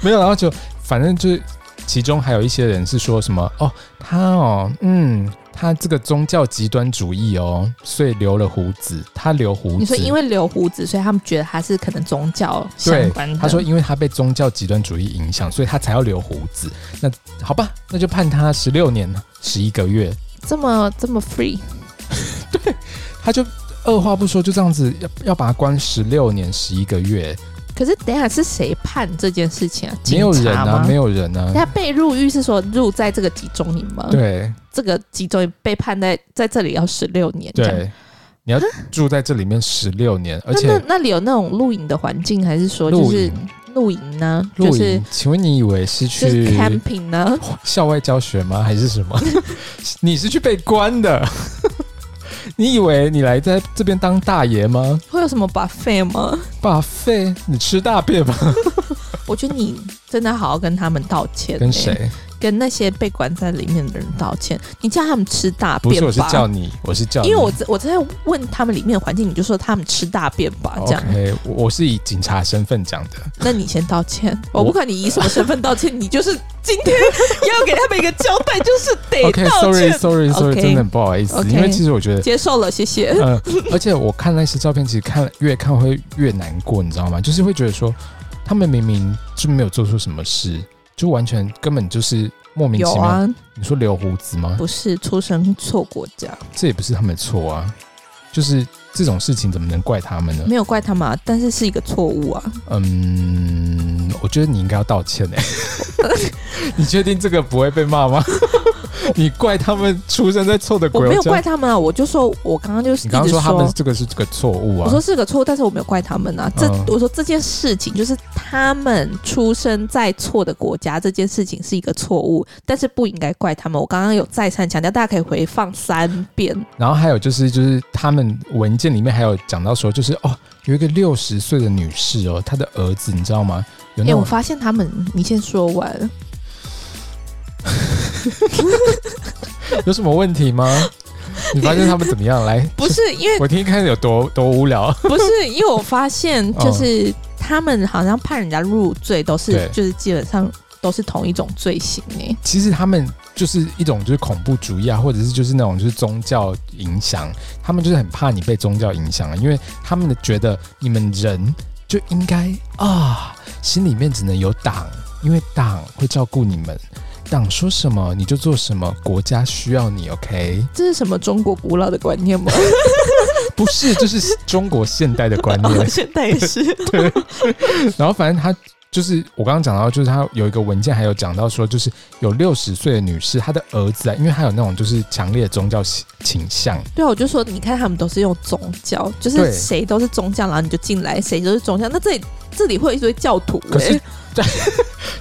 [SPEAKER 1] 没有，然后就反正就是其中还有一些人是说什么哦，他哦，嗯。他这个宗教极端主义哦，所以留了胡子。他留胡子，
[SPEAKER 2] 你说因为留胡子，所以他们觉得他是可能宗教相
[SPEAKER 1] 对
[SPEAKER 2] 关的。，
[SPEAKER 1] 他说因为他被宗教极端主义影响，所以他才要留胡子。那好吧，那就判他十六年十一个月。
[SPEAKER 2] 这么这么 free，
[SPEAKER 1] 他就二话不说，就这样子要要把他关十六年十一个月，
[SPEAKER 2] 可是等一下是谁判这件事情啊？
[SPEAKER 1] 没有人
[SPEAKER 2] 警察
[SPEAKER 1] 啊
[SPEAKER 2] 吗，
[SPEAKER 1] 没有人啊。
[SPEAKER 2] 那被入狱是说入在这个集中营吗？，
[SPEAKER 1] 对
[SPEAKER 2] 这个集中营被判在在这里要十六年。这样，
[SPEAKER 1] 对，你要住在这里面十六年，而
[SPEAKER 2] 那
[SPEAKER 1] 且
[SPEAKER 2] 那那里有那种露营的环境，还是说就
[SPEAKER 1] 露
[SPEAKER 2] 是
[SPEAKER 1] 营
[SPEAKER 2] 露营呢？就
[SPEAKER 1] 露
[SPEAKER 2] 是
[SPEAKER 1] 营，请问你以为是
[SPEAKER 2] 就是
[SPEAKER 1] 去
[SPEAKER 2] camping 呢？
[SPEAKER 1] 校外教学吗？还是什么？ 你是去被关的？ 你以为你来在这边当大爷吗？
[SPEAKER 2] 会有什么 buffet 吗？
[SPEAKER 1] 把费，你吃大便吗？
[SPEAKER 2] 我觉得你真的好好跟他们道歉、欸
[SPEAKER 1] 跟？谁？
[SPEAKER 2] 跟那些被关在里面的人道歉，你叫他们吃大
[SPEAKER 1] 不
[SPEAKER 2] 便
[SPEAKER 1] 是，
[SPEAKER 2] 吧？
[SPEAKER 1] 我是叫你，我是叫你，
[SPEAKER 2] 因为我在我在问他们里面的环境，你就说他们吃大便吧，这样。
[SPEAKER 1] OK，我我是以警察身份讲的。
[SPEAKER 2] 那你先道歉，我
[SPEAKER 1] 我
[SPEAKER 2] 不管你以什么身份道歉，你就是今 天要给他们一个交代，就是得哎道歉。
[SPEAKER 1] OK，sorry，sorry，sorry，、
[SPEAKER 2] OK
[SPEAKER 1] 真的很不好意思
[SPEAKER 2] OK
[SPEAKER 1] 因为其实我觉得。
[SPEAKER 2] 接受了，谢谢。
[SPEAKER 1] 呃，而且我看那些照片，其实看越看会越难过，你知道吗？就是会觉得说，他们明明就没有做出什么事，就完全根本就是莫名
[SPEAKER 2] 有
[SPEAKER 1] 其妙。
[SPEAKER 2] 啊，
[SPEAKER 1] 你说留胡子吗？
[SPEAKER 2] 不是出生错国家，
[SPEAKER 1] 这也不是他们的错啊，就是这种事情怎么能怪他们呢？
[SPEAKER 2] 没有怪他们、啊，但是是一个错误啊。
[SPEAKER 1] 嗯，我觉得你应该要道歉 哎、你确定这个不会被骂吗？你怪他们出生在错的
[SPEAKER 2] 我
[SPEAKER 1] 国
[SPEAKER 2] 没有
[SPEAKER 1] 家
[SPEAKER 2] 怪他们啊，我就说我刚刚就是
[SPEAKER 1] 哦你
[SPEAKER 2] 一
[SPEAKER 1] 刚
[SPEAKER 2] 直
[SPEAKER 1] 刚说他们这个是这个错误啊？
[SPEAKER 2] 我说是个错误，但是我没有怪他们啊。这、
[SPEAKER 1] 嗯
[SPEAKER 2] 我说这件事情就是他们出生在错的国家，这件事情是一个错误，但是不应该怪他们。我刚刚有再三强调，大家可以回放三遍。
[SPEAKER 1] 然后还有就是就是他们文件里面还有讲到说，就是哦，有一个六十岁的女士哦，她的儿子你知道吗？有
[SPEAKER 2] 哎、
[SPEAKER 1] 那
[SPEAKER 2] 我
[SPEAKER 1] 种、
[SPEAKER 2] 发现他们，你先说完。
[SPEAKER 1] 有什么问题吗？你发现他们怎么样？ 来，
[SPEAKER 2] 不是因为
[SPEAKER 1] 我听一开始有多多无聊，
[SPEAKER 2] 不是因为我发现就是他们好像判人家入罪都是
[SPEAKER 1] 对
[SPEAKER 2] 就是基本上都是同一种罪行哎、
[SPEAKER 1] 其实他们就是一种就是恐怖主义啊，或者是就是那种就是宗教影响，他们就是很怕你被宗教影响啊，因为他们的觉得你们人就应该啊，心里面只能有党，因为党会照顾你们，党说什么你就做什么，国家需要你，OK？
[SPEAKER 2] 这是什么中国古老的观念吗？
[SPEAKER 1] 不是，这是中国现代的观念。
[SPEAKER 2] 现在 也是。
[SPEAKER 1] 然后反正他就是我刚刚讲到，就是他有一个文件还有讲到说，就是有六十岁的女士，她的儿子啊，因为他有那种就是强烈的宗教倾向。
[SPEAKER 2] 对啊，我就说，你看他们都是用宗教，就
[SPEAKER 1] 对
[SPEAKER 2] 是谁都是宗教，然后你就进来，谁都是宗教。那这里这里会有一堆教徒、
[SPEAKER 1] 可是
[SPEAKER 2] 欸，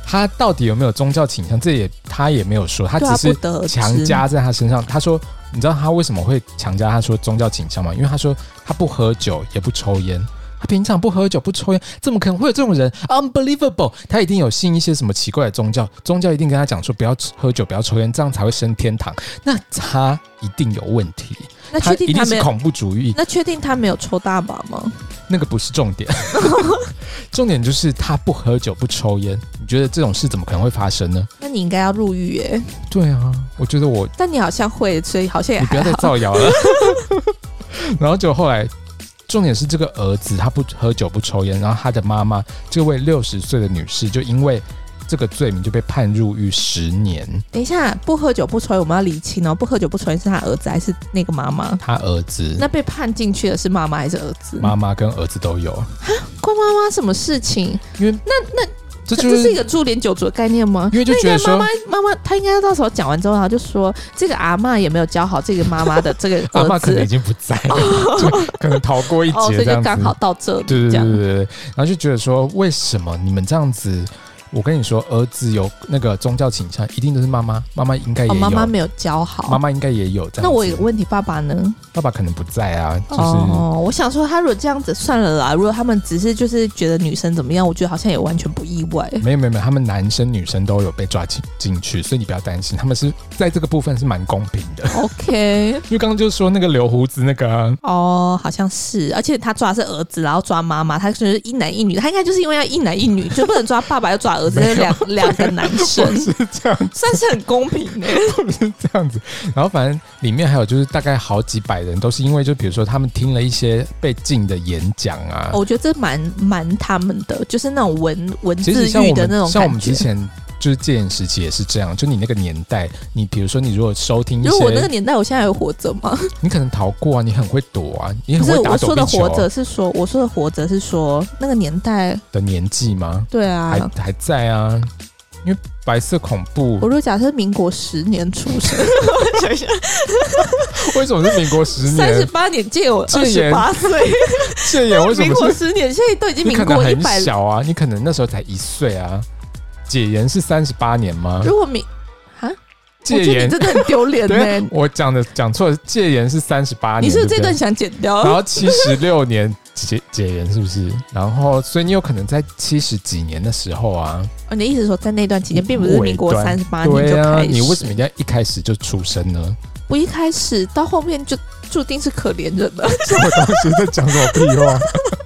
[SPEAKER 1] 他到底有没有宗教倾向，这也他也没有说，他
[SPEAKER 2] 对啊，
[SPEAKER 1] 只
[SPEAKER 2] 不
[SPEAKER 1] 是
[SPEAKER 2] 得而知
[SPEAKER 1] 强加在他身上。他说，你知道他为什么会强加他说宗教倾向吗？因为他说他不喝酒，也不抽烟。他平常不喝酒不抽烟，怎么可能会有这种人？Unbelievable！他啊一定有信一些什么奇怪的宗教，宗教一定跟他讲说不要喝酒，不要抽烟，这样才会升天堂。那他一定有问题，
[SPEAKER 2] 那
[SPEAKER 1] 他
[SPEAKER 2] 确
[SPEAKER 1] 一定
[SPEAKER 2] 定他没
[SPEAKER 1] 是
[SPEAKER 2] 有？
[SPEAKER 1] 恐怖主义。
[SPEAKER 2] 那确定他没有抽大麻吗？
[SPEAKER 1] 那个不是重 点，重点就是他不喝酒不抽烟。你觉得这种事怎么可能会发生呢？
[SPEAKER 2] 那你应该要入狱哎、
[SPEAKER 1] 对啊，我觉得我
[SPEAKER 2] 但你好像会，所以好像也
[SPEAKER 1] 你不
[SPEAKER 2] 还
[SPEAKER 1] 要再
[SPEAKER 2] 好。
[SPEAKER 1] 造谣了。 然后就后来，重点是这个儿子他不喝酒不抽烟，然后他的妈妈这位六十岁的女士就因为这个罪名就被判入狱十年。
[SPEAKER 2] 等一下，不喝酒不抽烟，我们要理清哦。不喝酒不抽烟是他儿子还是那个妈妈？
[SPEAKER 1] 他儿子、
[SPEAKER 2] 那被判进去的是妈妈还是儿子？
[SPEAKER 1] 妈妈跟儿子都有，
[SPEAKER 2] 关妈妈什么事情？
[SPEAKER 1] 这
[SPEAKER 2] 这
[SPEAKER 1] 就
[SPEAKER 2] 这是
[SPEAKER 1] 是
[SPEAKER 2] 一个株连九族的概念吗？
[SPEAKER 1] 因为就
[SPEAKER 2] 那应
[SPEAKER 1] 觉
[SPEAKER 2] 该
[SPEAKER 1] 得说
[SPEAKER 2] 妈妈妈妈，她应该到时候讲完之后，然后就说这个阿嬷也没有教好这个妈妈的这个
[SPEAKER 1] 阿妈
[SPEAKER 2] 儿
[SPEAKER 1] 可能已
[SPEAKER 2] 子，
[SPEAKER 1] 经不在了，就可能逃过一
[SPEAKER 2] 哦，所
[SPEAKER 1] 劫这
[SPEAKER 2] 以就
[SPEAKER 1] 样子。
[SPEAKER 2] 刚好到这里
[SPEAKER 1] 对对对
[SPEAKER 2] 这
[SPEAKER 1] 对
[SPEAKER 2] 样。哦
[SPEAKER 1] 对，对然后就觉得说，为什么你们这样子？我跟你说，儿子有那个宗教倾向，一定都是妈妈，妈妈应该也有，
[SPEAKER 2] 哦，妈妈没有教好。
[SPEAKER 1] 哎
[SPEAKER 2] 哦
[SPEAKER 1] 妈妈应该也有这样子。
[SPEAKER 2] 那我有个问题，爸爸呢？
[SPEAKER 1] 爸爸可能不在啊，就是、
[SPEAKER 2] 哦，我想说，他如果这样子算了啦。如果他们只是就是觉得女生怎么样，我觉得好像也完全不意 外。
[SPEAKER 1] 没有没有没有，他们男生女生都有被抓进进去，所以你不要担心，他们是在这个部分是蛮公平的。
[SPEAKER 2] OK，
[SPEAKER 1] 因为刚刚就说那个留胡子那个啊、
[SPEAKER 2] 哦，好像是，而且他抓的是儿子，然后抓妈妈，他就是一男一女，他应该就是因为要一男一女，就不能抓爸爸，要抓儿子，
[SPEAKER 1] 没有
[SPEAKER 2] 两两个男生。
[SPEAKER 1] 不是这样，
[SPEAKER 2] 算是很公平的、
[SPEAKER 1] 不是这样子。然后反正里面还有就是大概好几百人，都是因为就比如说他们听了一些被禁的演讲啊，
[SPEAKER 2] 我觉得这蛮蛮他们的，就是那种文文
[SPEAKER 1] 其
[SPEAKER 2] 字
[SPEAKER 1] 实像
[SPEAKER 2] 狱
[SPEAKER 1] 我
[SPEAKER 2] 的那
[SPEAKER 1] 们
[SPEAKER 2] 种
[SPEAKER 1] 像我
[SPEAKER 2] 感
[SPEAKER 1] 们
[SPEAKER 2] 觉
[SPEAKER 1] 之。前就是戒严时期也是这样，就你那个年代，你比如说你如果收听一
[SPEAKER 2] 如果我那个
[SPEAKER 1] 些，
[SPEAKER 2] 年代，我现在还活着吗？
[SPEAKER 1] 你可能逃过啊，你很会躲啊，你
[SPEAKER 2] 不
[SPEAKER 1] 很
[SPEAKER 2] 是，
[SPEAKER 1] 会打
[SPEAKER 2] 我
[SPEAKER 1] 躲
[SPEAKER 2] 说
[SPEAKER 1] 避
[SPEAKER 2] 的
[SPEAKER 1] 球
[SPEAKER 2] 活
[SPEAKER 1] 啊
[SPEAKER 2] 着是说，我说的活着是说那个年代，
[SPEAKER 1] 的年纪吗？
[SPEAKER 2] 对啊
[SPEAKER 1] 还。还在啊，因为白色恐怖
[SPEAKER 2] 我如果假设民国十年出生，想一下，
[SPEAKER 1] 为什么是民国十
[SPEAKER 2] 三十
[SPEAKER 1] 年？
[SPEAKER 2] 八年借我二
[SPEAKER 1] 戒
[SPEAKER 2] 十
[SPEAKER 1] 严
[SPEAKER 2] 八岁，
[SPEAKER 1] 戒严哎为什
[SPEAKER 2] 民
[SPEAKER 1] 么
[SPEAKER 2] 国
[SPEAKER 1] 是？
[SPEAKER 2] 十年，现在都已经
[SPEAKER 1] 你
[SPEAKER 2] 民
[SPEAKER 1] 可能
[SPEAKER 2] 国一
[SPEAKER 1] 很
[SPEAKER 2] 百。
[SPEAKER 1] 小啊，你可能那时候才一岁啊。解严是三十八年吗？
[SPEAKER 2] 如果民啊，我
[SPEAKER 1] 戒
[SPEAKER 2] 觉得
[SPEAKER 1] 严
[SPEAKER 2] 你真的很丢 脸
[SPEAKER 1] 对啊
[SPEAKER 2] 呢。，
[SPEAKER 1] 我讲的讲错了，戒严是三十八
[SPEAKER 2] 你
[SPEAKER 1] 年。
[SPEAKER 2] 是不是
[SPEAKER 1] 对
[SPEAKER 2] 这
[SPEAKER 1] 不对
[SPEAKER 2] 段想剪掉？
[SPEAKER 1] 然后七十六年解解严是不是？然后，所以你有可能在七十几年的时候啊，
[SPEAKER 2] 哦，你的意思是说，在那段期间，并不是民国
[SPEAKER 1] 尾端
[SPEAKER 2] 三十八年
[SPEAKER 1] 对
[SPEAKER 2] 就
[SPEAKER 1] 啊，
[SPEAKER 2] 开始，
[SPEAKER 1] 你为什么一定要一开始就出生呢？
[SPEAKER 2] 不一开始到后面就注定是可怜人 了？
[SPEAKER 1] 这我当时在讲什么屁话？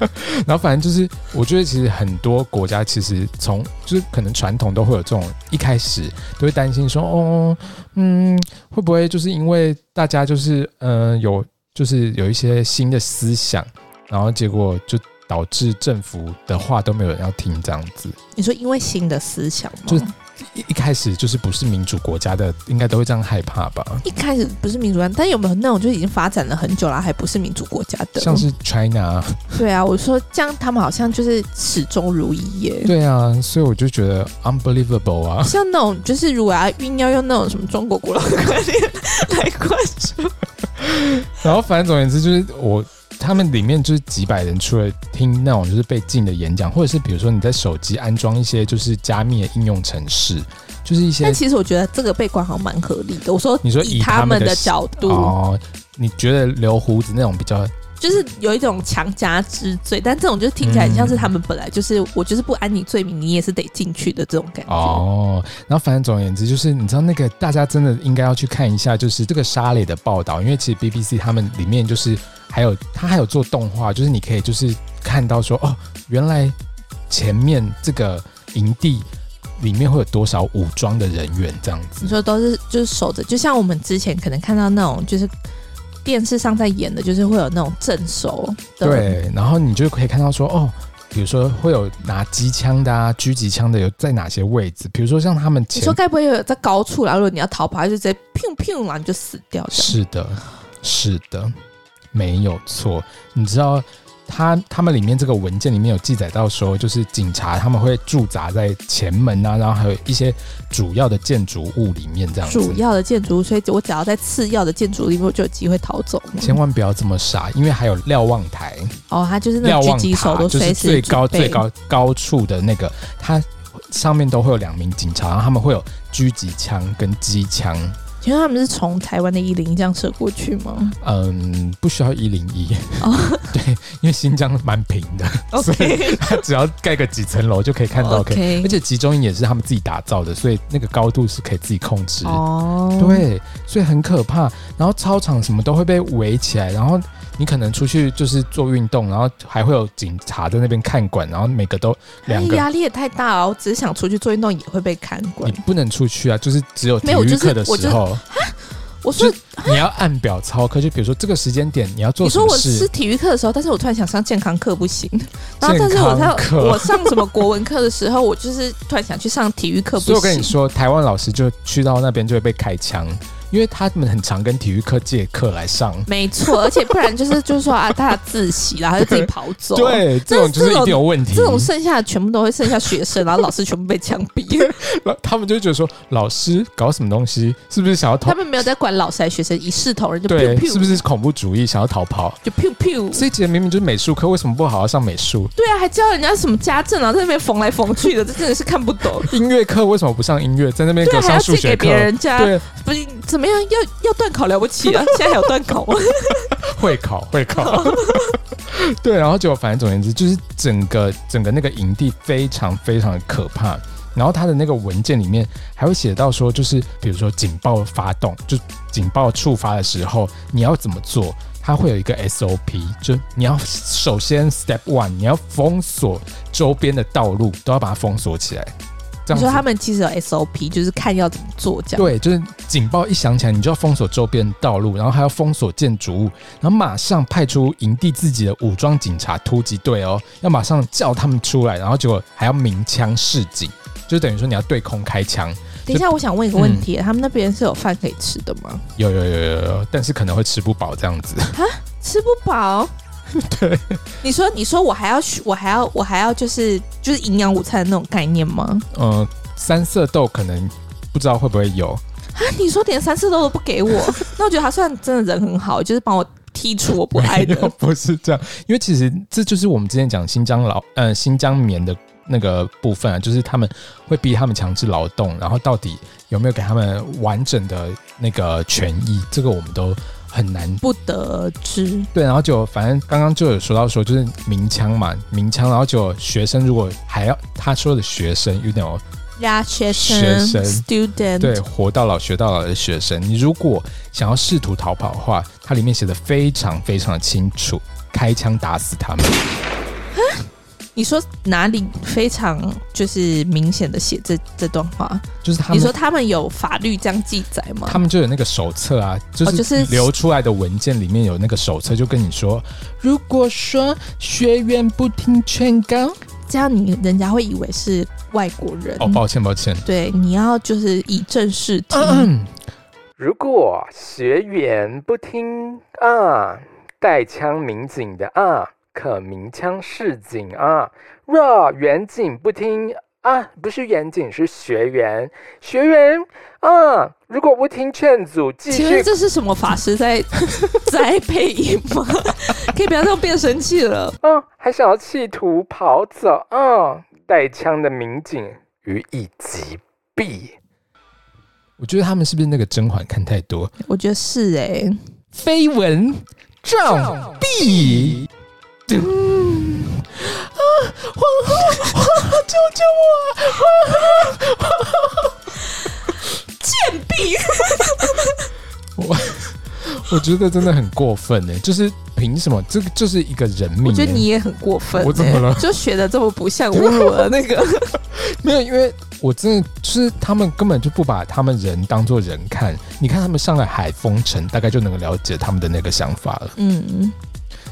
[SPEAKER 1] 然后反正就是，我觉得其实很多国家其实从就是可能传统都会有这种一开始都会担心说，哦，嗯，会不会就是因为大家就是嗯、呃有就是有一些新的思想，然后结果就导致政府的话都没有人要听这样子。
[SPEAKER 2] 你说因为新的思想吗？
[SPEAKER 1] 就一一开始就是不是民主国家的，应该都会这样害怕吧？
[SPEAKER 2] 一开始不是民主国家，但有没有那种就已经发展了很久了，还不是民主国家的？
[SPEAKER 1] 像是 China，啊
[SPEAKER 2] 对啊，我说这样他们好像就是始终如一耶。
[SPEAKER 1] 对啊，所以我就觉得 unbelievable 啊。
[SPEAKER 2] 像那种就是如果要硬要用那种什么中国古老观念来灌输，
[SPEAKER 1] 然后反正总而言之就是我。他们里面就是几百人，除了听那种就是被禁的演讲，或者是比如说你在手机安装一些就是加密的应用程式，就是一些
[SPEAKER 2] 但其实我觉得这个被管好像蛮合理的。我说
[SPEAKER 1] 你说以
[SPEAKER 2] 以
[SPEAKER 1] 他
[SPEAKER 2] 他
[SPEAKER 1] 们
[SPEAKER 2] 们
[SPEAKER 1] 的
[SPEAKER 2] 的角度，
[SPEAKER 1] 哦，你觉得留胡子那种比较
[SPEAKER 2] 就是有一种强加之罪，但这种就是听起来很
[SPEAKER 1] 嗯
[SPEAKER 2] 像是他们本来就是、我就是不安你罪名，你也是得进去的这种感觉。
[SPEAKER 1] 哦，然后反正总而言之就是你知道那个大家真的应该要去看一下，就是这个沙磊的报道，因为其实 BBC 他们里面就是还有他还有做动画，就是你可以就是看到说哦，原来前面这个营地里面会有多少武装的人员这样子。
[SPEAKER 2] 你说都是就是守着，就像我们之前可能看到那种就是电视上在演的，就是会有那种镇守的，，
[SPEAKER 1] 对，然后你就可以看到说，哦，比如说会有拿机枪的啊、狙击枪的有在哪些位置，比如说像他们
[SPEAKER 2] 你
[SPEAKER 1] 前
[SPEAKER 2] 说该不会有在高处啦？如果你要逃跑，它就直接砰砰啦，你就死掉这样。
[SPEAKER 1] 是的，是的，没有错。你知道他他们里面这个文件里面有记载到说，就是警察他们会驻扎在前门啊，然后还有一些主要的建筑物里面这样子。
[SPEAKER 2] 主要的建筑物，所以我只要在次要的建筑里面，我就有机会逃走嘛。
[SPEAKER 1] 千万不要这么傻，因为还有瞭望台。
[SPEAKER 2] 哦，他就是那
[SPEAKER 1] 瞭
[SPEAKER 2] 种狙
[SPEAKER 1] 望
[SPEAKER 2] 击手
[SPEAKER 1] 塔
[SPEAKER 2] 都
[SPEAKER 1] 就是
[SPEAKER 2] 随时
[SPEAKER 1] 最高
[SPEAKER 2] 准备
[SPEAKER 1] 最高高处的那个，它上面都会有两名警察，然后他们会有狙击枪跟机枪。
[SPEAKER 2] 请问他们是从台湾的一零这样射过去吗
[SPEAKER 1] 嗯，不需要一零一
[SPEAKER 2] 哦，
[SPEAKER 1] 对，因为新疆蛮平的， 所以
[SPEAKER 2] ？OK，
[SPEAKER 1] 它 只要盖个几层楼就可以看到。可以
[SPEAKER 2] OK
[SPEAKER 1] 而且集中营也是他们自己打造的，所以那个高度是可以自己控制。
[SPEAKER 2] 哦，，
[SPEAKER 1] 对，所以很可怕。然后操场什么都会被围起来，然后你可能出去就是做运动，然后还会有警察在那边看管，然后每个都两个
[SPEAKER 2] 压力也太大了。我只是想出去做运动，也会被看管
[SPEAKER 1] 你。不能出去啊，就是只有体
[SPEAKER 2] 没有
[SPEAKER 1] 育
[SPEAKER 2] 就是
[SPEAKER 1] 课的
[SPEAKER 2] 我
[SPEAKER 1] 时
[SPEAKER 2] 就
[SPEAKER 1] 候，
[SPEAKER 2] 我说，
[SPEAKER 1] 你要按表操课。就比如说这个时间点你要做
[SPEAKER 2] 你
[SPEAKER 1] 什
[SPEAKER 2] 说
[SPEAKER 1] 么
[SPEAKER 2] 我
[SPEAKER 1] 事
[SPEAKER 2] 是，体育课的时候，但是我突然想上健康课不行。然后，但是
[SPEAKER 1] 健
[SPEAKER 2] 我
[SPEAKER 1] 康
[SPEAKER 2] 在
[SPEAKER 1] 课
[SPEAKER 2] 我上什么国文课的时候，我就是突然想去上体育课
[SPEAKER 1] 所以
[SPEAKER 2] 不
[SPEAKER 1] 我跟你
[SPEAKER 2] 行。
[SPEAKER 1] 说，台湾老师就去到那边就会被开枪，因为他们很常跟体育课借课来上。
[SPEAKER 2] 没错，而且不然就是就是说啊，大家自习啦，然后就自己跑走。。
[SPEAKER 1] 对，这种就是一定有问题。
[SPEAKER 2] 这种剩下的全部都会剩下学生，然后老师全部被枪毙。
[SPEAKER 1] 然后他们就会觉得说，老师搞什么东西，是不是想要逃
[SPEAKER 2] 他？们没有在管老师还是学生，一视同仁就 pew
[SPEAKER 1] 对，
[SPEAKER 2] pew，
[SPEAKER 1] 是不是恐怖主义想要逃跑？
[SPEAKER 2] 就 pew pew。
[SPEAKER 1] 这一节明明就是美术课，为什么不好好上美术？
[SPEAKER 2] 对啊，还教人家什么家政啊，在那边缝来缝去的，这真的是看不懂。
[SPEAKER 1] 音乐课为什么不上音乐， 在那边给
[SPEAKER 2] 对，啊
[SPEAKER 1] 我
[SPEAKER 2] 还要
[SPEAKER 1] 上数
[SPEAKER 2] 借
[SPEAKER 1] 学
[SPEAKER 2] 给
[SPEAKER 1] 课
[SPEAKER 2] 别？人啊家，
[SPEAKER 1] 对，
[SPEAKER 2] 不是怎么样？要要断考了不起 啊！现在还有断考吗？
[SPEAKER 1] 会考，会考。 对，然后结果反正总而言之，就是整个整个那个营地非常非常的可怕。然后他的那个文件里面还会写到说，就是比如说警报发动，就警报触发的时候，你要怎么做？它会有一个 SOP，就你要首先 Step One，你要封锁周边的道路，都要把它封锁起来。这
[SPEAKER 2] 你
[SPEAKER 1] 样
[SPEAKER 2] 说他
[SPEAKER 1] 子，
[SPEAKER 2] 们其实有 SOP，就是看要怎么做这样。
[SPEAKER 1] 对，就是警报一响起来，你就要封锁周边的道路，然后还要封锁建筑物，然后马上派出营地自己的武装警察突击队哦，要马上叫他们出来，然后结果还要鸣枪示警，就等于说你要对空开枪。
[SPEAKER 2] 等一下，我想
[SPEAKER 1] 嗯
[SPEAKER 2] 问一个问题：他们那边是有饭可以吃的吗？
[SPEAKER 1] 有有有有有，但是可能会吃不饱这样子。
[SPEAKER 2] 吃不饱。
[SPEAKER 1] 对，
[SPEAKER 2] 你说，你说我还要学，我还要，我还要就是就是营养午餐的那种概念吗？
[SPEAKER 1] 嗯、三色豆可能不知道会不会有，
[SPEAKER 2] 啊，你说连三次都都不 给我，那我觉得他算真的人很好，就是帮我剔除我不爱的
[SPEAKER 1] 没有。 不是这样，因为其实这就是我们之前讲新疆劳，嗯、新疆棉的那个部分啊，就是他们会逼他们强制劳动，然后到底有没有给他们完整的那个权益，这个我们都很难。
[SPEAKER 2] 不得而知。
[SPEAKER 1] 对，然后就反正刚刚就有说到说就是鸣枪嘛，鸣枪，然后就有学生如果还要他说的学生有点
[SPEAKER 2] Yeah，学
[SPEAKER 1] 学
[SPEAKER 2] 生
[SPEAKER 1] 生
[SPEAKER 2] student，
[SPEAKER 1] 对，活到老学到老的学生，你如果想要试图逃跑的话，它里面写的非常非常的清楚，开枪打死他们。
[SPEAKER 2] 你说哪里非常就是明显的写这这段话？
[SPEAKER 1] 就是他
[SPEAKER 2] 你说
[SPEAKER 1] 们，
[SPEAKER 2] 他们有法律这样记载吗？
[SPEAKER 1] 他们就有那个手册啊，就
[SPEAKER 2] 哦就是是
[SPEAKER 1] 流出来的文件里面有那个手册，就跟你说，如果说学员不听劝告，
[SPEAKER 2] 这样你人家会以为是外国人。
[SPEAKER 1] 哦，嗯抱歉抱歉，
[SPEAKER 2] 对，你要就是以正视听。
[SPEAKER 1] 如果学员不听啊，带枪民警的啊，可鸣枪示警啊。若远警不听啊，不是远警是学员，学员啊，如果不听劝阻，继
[SPEAKER 2] 请问
[SPEAKER 1] 续
[SPEAKER 2] 这是什么法师在 在配音吗？ 可以不要这样变神器了。
[SPEAKER 1] 啊，还想要企图跑走啊，带枪的民警予以击毙。我觉得他们是不是那个甄嬛看太多？
[SPEAKER 2] 我觉得是哎、
[SPEAKER 1] 绯闻照壁。嗯啊！皇后，皇后，救救我！
[SPEAKER 2] 贱婢。
[SPEAKER 1] 我觉得真的很过分呢，欸就是凭什么？这个就是一个人命欸。
[SPEAKER 2] 我觉得你也很过分、欸。
[SPEAKER 1] 我怎么了啊
[SPEAKER 2] 就学的这么不 像侮辱了那个。
[SPEAKER 1] 没有，因为我真的就是他们根本就不把他们人当做人看。你看他们上了海风城，大概就能够了解他们的那个想法了。
[SPEAKER 2] 嗯，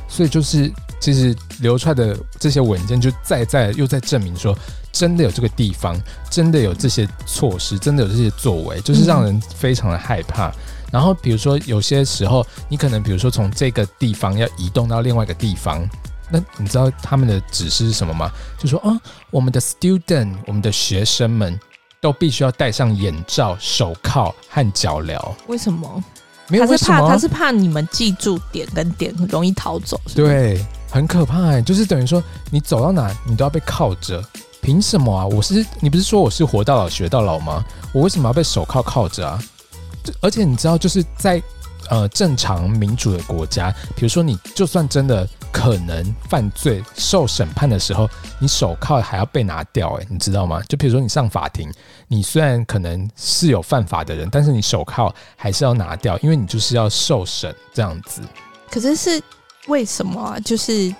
[SPEAKER 1] 所以就是，其实流出来的这些文件，就再再又在证明说，真的有这个地方，真的有这些措施，真的有这些作为，就是让人非常的害怕。然后比如说有些时候，你可能比如说从这个地方要移动到另外一个地方。那你知道他们的指示是什么吗？就说啊，我们的 student，我们的学生们都必须要戴上眼罩、手铐和脚镣。
[SPEAKER 2] 为什么？
[SPEAKER 1] 没有
[SPEAKER 2] 他
[SPEAKER 1] 为
[SPEAKER 2] 是
[SPEAKER 1] 什
[SPEAKER 2] 怕
[SPEAKER 1] 么？啊
[SPEAKER 2] 他是怕你们记住点跟点很容易逃走，是不是，
[SPEAKER 1] 对，很可怕、欸，就是等于说你走到哪，你都要被铐着。凭什么啊？我是你不是说我是活到老学到老吗？我为什么要被手铐铐着啊？这而且你知道，就是在呃正常民主的国家，比如说你就算真的可能犯罪受审判的时候，你手铐还要被拿掉、欸，哎，你知道吗？就比如说你上法庭，你虽然可能是有犯法的人，但是你手铐还是要拿掉，因为你就是要受审这样子。
[SPEAKER 2] 可是是为什么啊？就是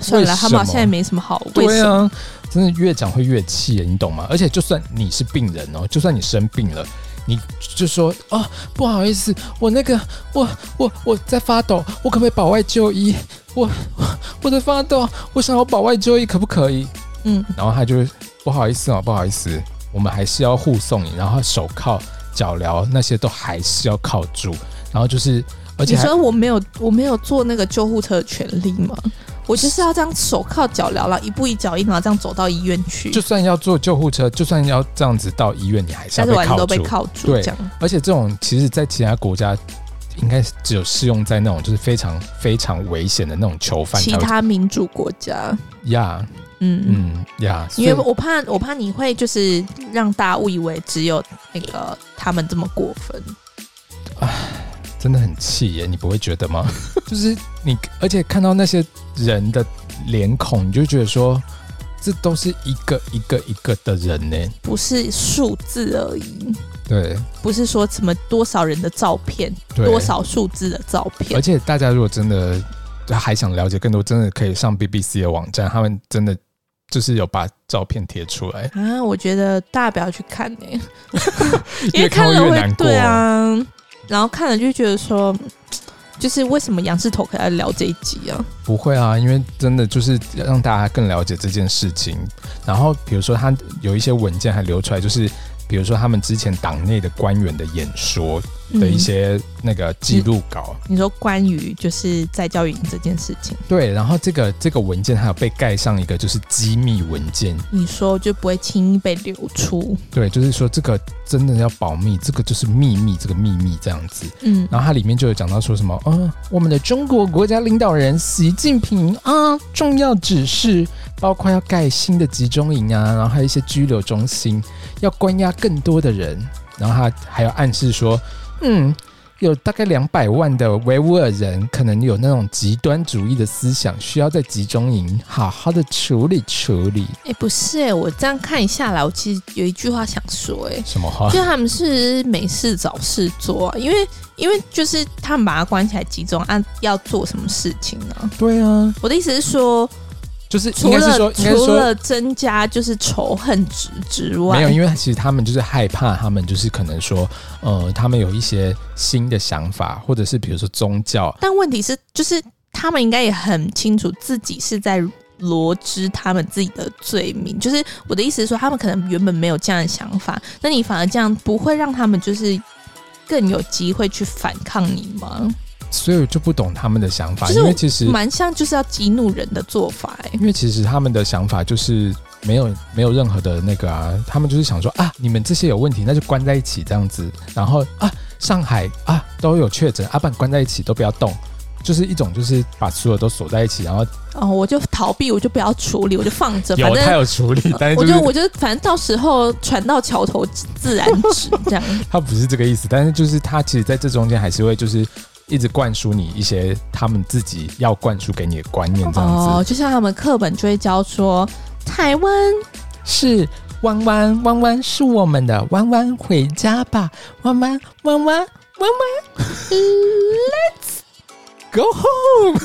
[SPEAKER 2] 算
[SPEAKER 1] 为
[SPEAKER 2] 了，
[SPEAKER 1] 什
[SPEAKER 2] 他
[SPEAKER 1] 么
[SPEAKER 2] 们好像也没什么好为
[SPEAKER 1] 对
[SPEAKER 2] 什么？
[SPEAKER 1] 啊，真的越讲会越气耶，你懂吗？而且就算你是病人哦，就算你生病了，你就说啊，不好意思，我那个我我我在发抖，我可不可以保外就医？我 我我在发抖，我想要保外就医，可不可以？
[SPEAKER 2] 嗯，
[SPEAKER 1] 然后他就不好意思哦，不好意思，我们还是要护送你，然后手铐、脚镣那些都还是要铐住，然后就是而且
[SPEAKER 2] 你
[SPEAKER 1] 还
[SPEAKER 2] 说我没有我没有做那个救护车的权利吗？我就是要这样手铐脚镣，然后一步一脚印，然后这样走到医院去。
[SPEAKER 1] 就算要坐救护车，就算要这样子到医院，你还是要
[SPEAKER 2] 但是
[SPEAKER 1] 被
[SPEAKER 2] 我还是
[SPEAKER 1] 铐
[SPEAKER 2] 都被
[SPEAKER 1] 住。
[SPEAKER 2] 铐住，
[SPEAKER 1] 对
[SPEAKER 2] 这样
[SPEAKER 1] 而且这种其实，在其他国家应该是只有适用在那种就是非常非常危险的那种囚犯
[SPEAKER 2] 其
[SPEAKER 1] 才会
[SPEAKER 2] 他民主国家，
[SPEAKER 1] 呀，
[SPEAKER 2] 嗯嗯，
[SPEAKER 1] 嗯呀，所
[SPEAKER 2] 因为
[SPEAKER 1] 以
[SPEAKER 2] 我怕我怕你会就是让大家误以为只有那个他们这么过分，
[SPEAKER 1] 真的很气耶，你不会觉得 吗？就是你，而且看到那些人的脸孔，你就觉得说，这都是一个一个一个的人呢。
[SPEAKER 2] 不是数字而已，
[SPEAKER 1] 对
[SPEAKER 2] 不是说什么多少人的照片，
[SPEAKER 1] 对，
[SPEAKER 2] 多少数字的照
[SPEAKER 1] 而
[SPEAKER 2] 片。
[SPEAKER 1] 且大家如果真的还想了解更多，真的可以上 BBC 的网站，他们真的就是有把照片贴出来，
[SPEAKER 2] 啊，我觉得大家不要去看呢、因
[SPEAKER 1] 越
[SPEAKER 2] 为
[SPEAKER 1] 看
[SPEAKER 2] 看了
[SPEAKER 1] 越
[SPEAKER 2] 会
[SPEAKER 1] 难过。
[SPEAKER 2] 对啊，然后看了就觉得说，就是为什么杨氏头可以来聊这一集啊？
[SPEAKER 1] 不会啊，因为真的就是要让大家更了解这件事情。然后比如说，他有一些文件还流出来，就是比如说他们之前党内的官员的演说的一、些那个记录稿。
[SPEAKER 2] 嗯嗯、你说关于就是在教育营这件事情，
[SPEAKER 1] 对，然后这个这个文件还有被盖上一个就是机密文件，
[SPEAKER 2] 你说就不会轻易被流出，
[SPEAKER 1] 对，就是说这个真的要保密，这个就是秘密，这个秘密这样子。
[SPEAKER 2] 嗯，
[SPEAKER 1] 然后它里面就有讲到说什么，嗯、我们的中国国家领导人习近平啊，重要指示包括要盖新的集中营啊，然后还有一些拘留中心，要关押更多的人，然后他还有暗示说，嗯，有大概两百万的维吾尔人，可能有那种极端主义的思想，需要在集中营好好的处理处理。
[SPEAKER 2] 哎、不是哎、我这样看一下来，我其实有一句话想说哎、
[SPEAKER 1] 什么话
[SPEAKER 2] 就？他们是没事找事做、啊，因为因为就是他们把它关起来集中啊，要做什么事情呢、
[SPEAKER 1] 对啊，
[SPEAKER 2] 我的意思是说，
[SPEAKER 1] 就是应
[SPEAKER 2] 除
[SPEAKER 1] 该是
[SPEAKER 2] 了
[SPEAKER 1] 说，应该是
[SPEAKER 2] 除
[SPEAKER 1] 说
[SPEAKER 2] 了增加就是仇恨值之
[SPEAKER 1] 没有，
[SPEAKER 2] 外，
[SPEAKER 1] 因为其实他们就是害怕，他们就是可能说，呃，他们有一些新的想法，或者是比如说宗教，
[SPEAKER 2] 但问题是，就是他们应该也很清楚自己是在罗织他们自己的罪名。就是我的意思是说，他们可能原本没有这样的想法，那你反而这样不会让他们就是更有机会去反抗你吗？
[SPEAKER 1] 所以我就不懂他们的想法，
[SPEAKER 2] 就是
[SPEAKER 1] 因为其实
[SPEAKER 2] 蛮像就是要激怒人的做法、欸，
[SPEAKER 1] 因为其实他们的想法就是没有没有任何的那个啊，他们就是想说啊，你们这些有问题，那就关在一起这样子，然后啊，上海啊都有确诊，阿、啊、不然关在一起都不要动，就是一种就是把所有都锁在一起，然后
[SPEAKER 2] 哦，我就逃避，我就不要处理，我就放着，反
[SPEAKER 1] 有他
[SPEAKER 2] 正。
[SPEAKER 1] 有处理，但是
[SPEAKER 2] 我
[SPEAKER 1] 就是
[SPEAKER 2] 就我就反正到时候船到桥头自然直这样，
[SPEAKER 1] 他不是这个意思，但是就是他其实在这中间还是会就是一直灌输你一些他们自己要灌输给你的观念这样子，
[SPEAKER 2] 哦，就像他们课本就会教 说，台湾
[SPEAKER 1] 是弯弯弯弯是我们的，弯弯回家吧，弯弯弯弯弯弯 ，Let's go home 。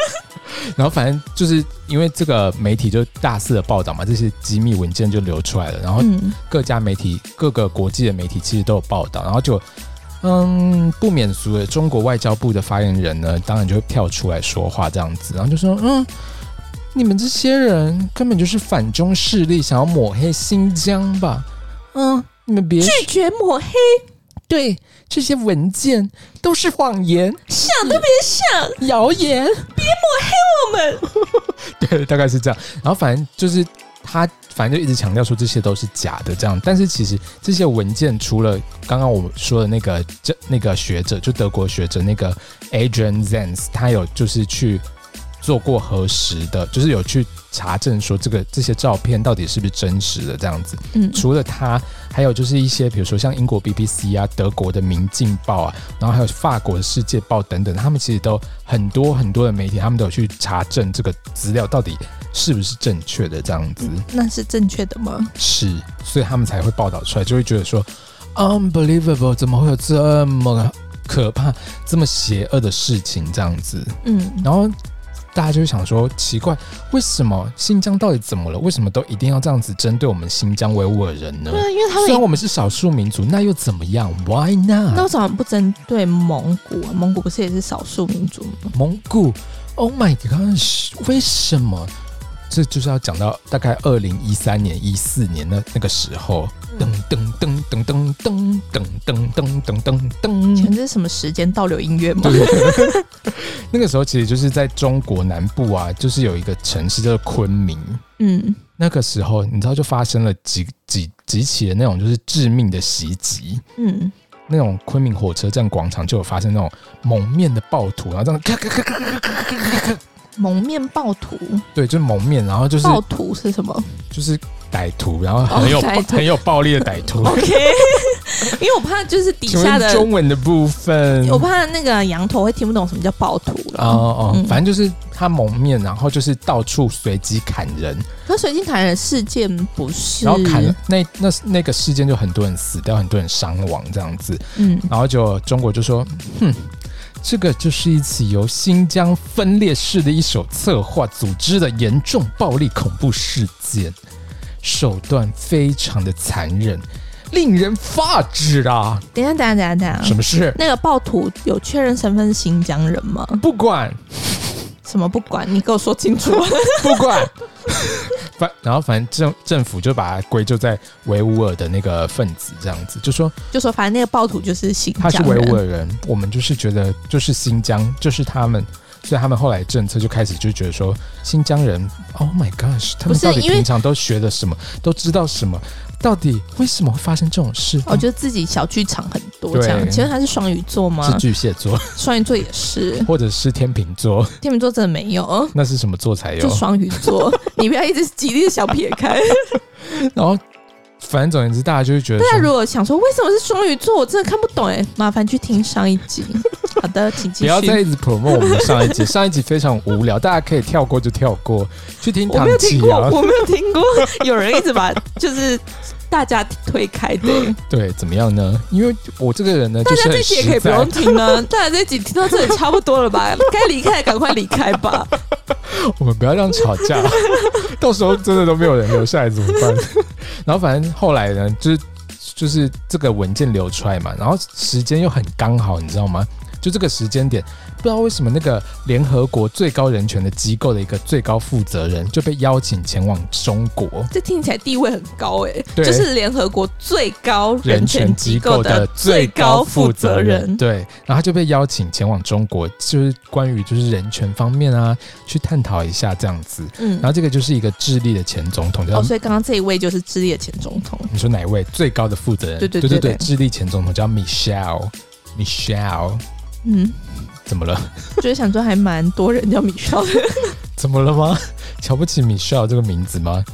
[SPEAKER 1] 然后反正就是因为这个媒体就大肆的报道嘛，这些机密文件就流出来了，然后
[SPEAKER 2] 嗯，
[SPEAKER 1] 各家媒体、各个国际的媒体其实都有报道，然后就嗯不免俗的，中国外交部的发言人呢，当然就会跳出来说话这样子，然后就说嗯，你们这些人根本就是反中势力，想要抹黑新疆吧？嗯，你们别
[SPEAKER 2] 拒绝抹黑，
[SPEAKER 1] 对这些文件都是谎言、
[SPEAKER 2] 想都别想，
[SPEAKER 1] 谣言。
[SPEAKER 2] 我们
[SPEAKER 1] 对， 大概是这样。然后反正就是他，反正就一直强调说这些都是假的这样。但是其实这些文件除了刚刚我们说的那个这那个学者，就德国学者那个 Adrian Zenz，他有就是去做过核实的，就是有去查证说这个这些照片到底是不是真实的这样子。
[SPEAKER 2] 嗯，
[SPEAKER 1] 除了他，还有就是一些，比如说像英国 BBC 啊、德国的《明镜报》啊，然后还有法国的《世界报》等等，他们其实都很多很多的媒体，他们都有去查证这个资料到底是不是正确的，这样子
[SPEAKER 2] 那是正确的吗？
[SPEAKER 1] 是，所以他们才会报道出来，就会觉得说，unbelievable，怎么嗯会有这么可怕、这么邪恶的事情这样子？
[SPEAKER 2] 嗯，
[SPEAKER 1] 然后大家就会想说，奇怪，为什么新疆到底怎么了？为什么都一定要这样子针对我们新疆维吾尔人呢？
[SPEAKER 2] 对啊，因为他
[SPEAKER 1] 虽然
[SPEAKER 2] 们
[SPEAKER 1] 我们是少数民族，那又怎么样？Why
[SPEAKER 2] 那
[SPEAKER 1] not？
[SPEAKER 2] 为什么不针对蒙古啊？蒙古不是也是少数民族吗？
[SPEAKER 1] 蒙古，Oh my God，为什么？这就是要讲到大概二零一三年、一四年的那个时候，
[SPEAKER 2] 嗯
[SPEAKER 1] 噔噔噔噔噔噔噔噔噔噔噔
[SPEAKER 2] 全
[SPEAKER 1] 噔，
[SPEAKER 2] 这是什么时间倒流音乐吗？
[SPEAKER 1] 对， 那个时候其实就是在中国南部啊，就是有一个城市叫做昆明，
[SPEAKER 2] 嗯，
[SPEAKER 1] 那个时候你知道就发生了几几几起的那种就是致命的袭击，
[SPEAKER 2] 嗯，
[SPEAKER 1] 那种昆明火车站广场就有发生那种蒙面的暴徒，然后这样咔咔咔咔咔咔咔咔咔，
[SPEAKER 2] 蒙面暴徒，
[SPEAKER 1] 对，就是蒙面，然后就是
[SPEAKER 2] 暴徒是什么？
[SPEAKER 1] 就是歹徒，然后很有、
[SPEAKER 2] 哦歹徒
[SPEAKER 1] 很有暴力的歹徒。
[SPEAKER 2] OK，因为我怕就是底
[SPEAKER 1] 请
[SPEAKER 2] 下
[SPEAKER 1] 问
[SPEAKER 2] 的，
[SPEAKER 1] 中文的部分？
[SPEAKER 2] 我怕那个羊头会听不懂什么叫暴徒了。
[SPEAKER 1] 哦哦，
[SPEAKER 2] 嗯
[SPEAKER 1] 反正就是他蒙面，然后就是到处随机砍人，
[SPEAKER 2] 可水晶砍人事件不是，
[SPEAKER 1] 然后砍了那那那个事件就很多人死掉，很多人伤亡这样子。
[SPEAKER 2] 嗯，
[SPEAKER 1] 然后就中国就说，哼，这个就是一起由新疆分裂式的一手策划组织的严重暴力恐怖事件，手段非常的残忍，令人发指啊！
[SPEAKER 2] 等一下，等一下，等一下，等一
[SPEAKER 1] 什
[SPEAKER 2] 下，
[SPEAKER 1] 么事？
[SPEAKER 2] 那个暴徒有确认身份是新疆人吗？
[SPEAKER 1] 不管
[SPEAKER 2] 什么不管，你给我说清楚。
[SPEAKER 1] 不管， 反然后反正政政府就把它归咎在维吾尔的那个分子这样子，就说
[SPEAKER 2] 就说反正那个暴徒就是新
[SPEAKER 1] 他是
[SPEAKER 2] 疆
[SPEAKER 1] 维吾
[SPEAKER 2] 人，
[SPEAKER 1] 尔人，我们就是觉得就是新疆就是他们，所以他们后来政策就开始就觉得说新疆人，Oh my gosh，他
[SPEAKER 2] 不
[SPEAKER 1] 们
[SPEAKER 2] 是
[SPEAKER 1] 到底
[SPEAKER 2] 因为
[SPEAKER 1] 平常都学的什么，都知道什么，到底为什么会发生这种事？
[SPEAKER 2] 我觉得自己小剧场很多这样。
[SPEAKER 1] 对啊
[SPEAKER 2] 请问他是双鱼座
[SPEAKER 1] 是
[SPEAKER 2] 吗？
[SPEAKER 1] 巨蟹 座，
[SPEAKER 2] 双鱼座也是，
[SPEAKER 1] 或者是天秤座，
[SPEAKER 2] 天秤座真的没 有，
[SPEAKER 1] 那是什么座才有
[SPEAKER 2] 就？双鱼座。你不要一直极力地想撇开。
[SPEAKER 1] 然后反正总而言之，大家就会觉得
[SPEAKER 2] 大家
[SPEAKER 1] 说
[SPEAKER 2] 如果想说为什么是双鱼座，我真的看不懂哎，麻烦去听上一 集。好的，请继
[SPEAKER 1] 不要再
[SPEAKER 2] 续。
[SPEAKER 1] 一直 promote 我们上一 集，上一集非常无聊，大家可以跳过就跳过，去听
[SPEAKER 2] 我
[SPEAKER 1] 唐
[SPEAKER 2] 没有听
[SPEAKER 1] 琪
[SPEAKER 2] 过，
[SPEAKER 1] 啊，
[SPEAKER 2] 我没有听 过，有人一直把就是大家推开的。
[SPEAKER 1] 对，怎么样呢？因为我这个人呢，
[SPEAKER 2] 大
[SPEAKER 1] 就是
[SPEAKER 2] 家这
[SPEAKER 1] 很
[SPEAKER 2] 集也可以
[SPEAKER 1] 实
[SPEAKER 2] 不
[SPEAKER 1] 在
[SPEAKER 2] 用。听了，大家这集听到这里差不多了吧？该离开的赶快离开吧。
[SPEAKER 1] 我们不要这样吵 架，到时候真的都没有人留下来怎么办？ 然后反正后来呢，就是就是这个文件流出来嘛，然后时间又很刚好，你知道吗？就这个时间点，不知道为什么那个联合国最高人权的机构的一个最高负责人就被邀请前往中国
[SPEAKER 2] 这听起来地位很高哎、
[SPEAKER 1] 对
[SPEAKER 2] 就是联合国最高
[SPEAKER 1] 人权
[SPEAKER 2] 权
[SPEAKER 1] 机
[SPEAKER 2] 构
[SPEAKER 1] 构的最高负责人，
[SPEAKER 2] 人。
[SPEAKER 1] 对，然后他就被邀请前往中国，就是关于就是人权方面啊，去探讨一下这样子。
[SPEAKER 2] 嗯
[SPEAKER 1] 然，后这个就是一个智利的前总统叫
[SPEAKER 2] 哦，所以刚刚这一位就是智利的前总统，
[SPEAKER 1] 你说哪一位最高的负责人？
[SPEAKER 2] 对对
[SPEAKER 1] 对
[SPEAKER 2] 对
[SPEAKER 1] 对
[SPEAKER 2] 对
[SPEAKER 1] 智利前总统叫 Michelle。Michelle
[SPEAKER 2] 嗯，
[SPEAKER 1] 怎么了？
[SPEAKER 2] 就是想说还蛮多人叫米少的，
[SPEAKER 1] 怎么了吗？ 瞧不起 Michelle 这个名字吗？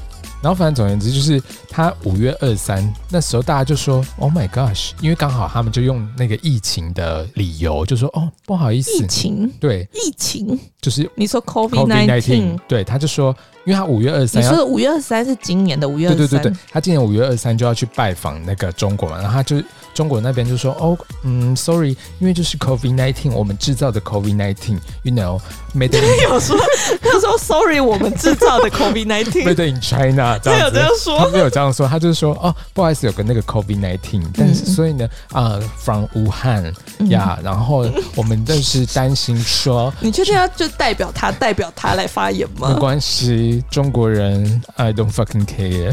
[SPEAKER 1] 然后反正总而言之，就是他五月二三那时候，大家就说 “Oh my gosh”，因为刚好他们就用那个疫情的理由，就说“哦，不好意思
[SPEAKER 2] 疫，情，
[SPEAKER 1] 对，
[SPEAKER 2] 疫情，
[SPEAKER 1] 就是
[SPEAKER 2] 你说 COVID
[SPEAKER 1] COVID
[SPEAKER 2] nineteen，
[SPEAKER 1] nineteen”。对，他就说，因为他五月二
[SPEAKER 2] 你
[SPEAKER 1] 三
[SPEAKER 2] 说
[SPEAKER 1] 要
[SPEAKER 2] 的五月二十三是今年的五月二
[SPEAKER 1] 对对
[SPEAKER 2] 十三，
[SPEAKER 1] 对对，他今年五月二三就要去拜访那个中国嘛，然后他就中国那边就说哦，嗯，sorry，因为就是 COVID nineteen，我们制造的 COVID nineteen，you know，made in
[SPEAKER 2] 有说他说 Sorry，我们制造的 COVID nineteen，
[SPEAKER 1] made in China 这
[SPEAKER 2] 他有
[SPEAKER 1] 样子
[SPEAKER 2] 这样。
[SPEAKER 1] 他
[SPEAKER 2] 说，
[SPEAKER 1] 没有这样说，他就是说哦，不好意思，有个那个 COVID nineteen，但是、
[SPEAKER 2] 嗯
[SPEAKER 1] 所以呢，啊、f r o m 武汉
[SPEAKER 2] 嗯
[SPEAKER 1] 呀然后我们就是担心说，
[SPEAKER 2] 你确定要就代表他代表他来发言
[SPEAKER 1] 没
[SPEAKER 2] 吗？
[SPEAKER 1] 关系，中国人 I don't fucking care。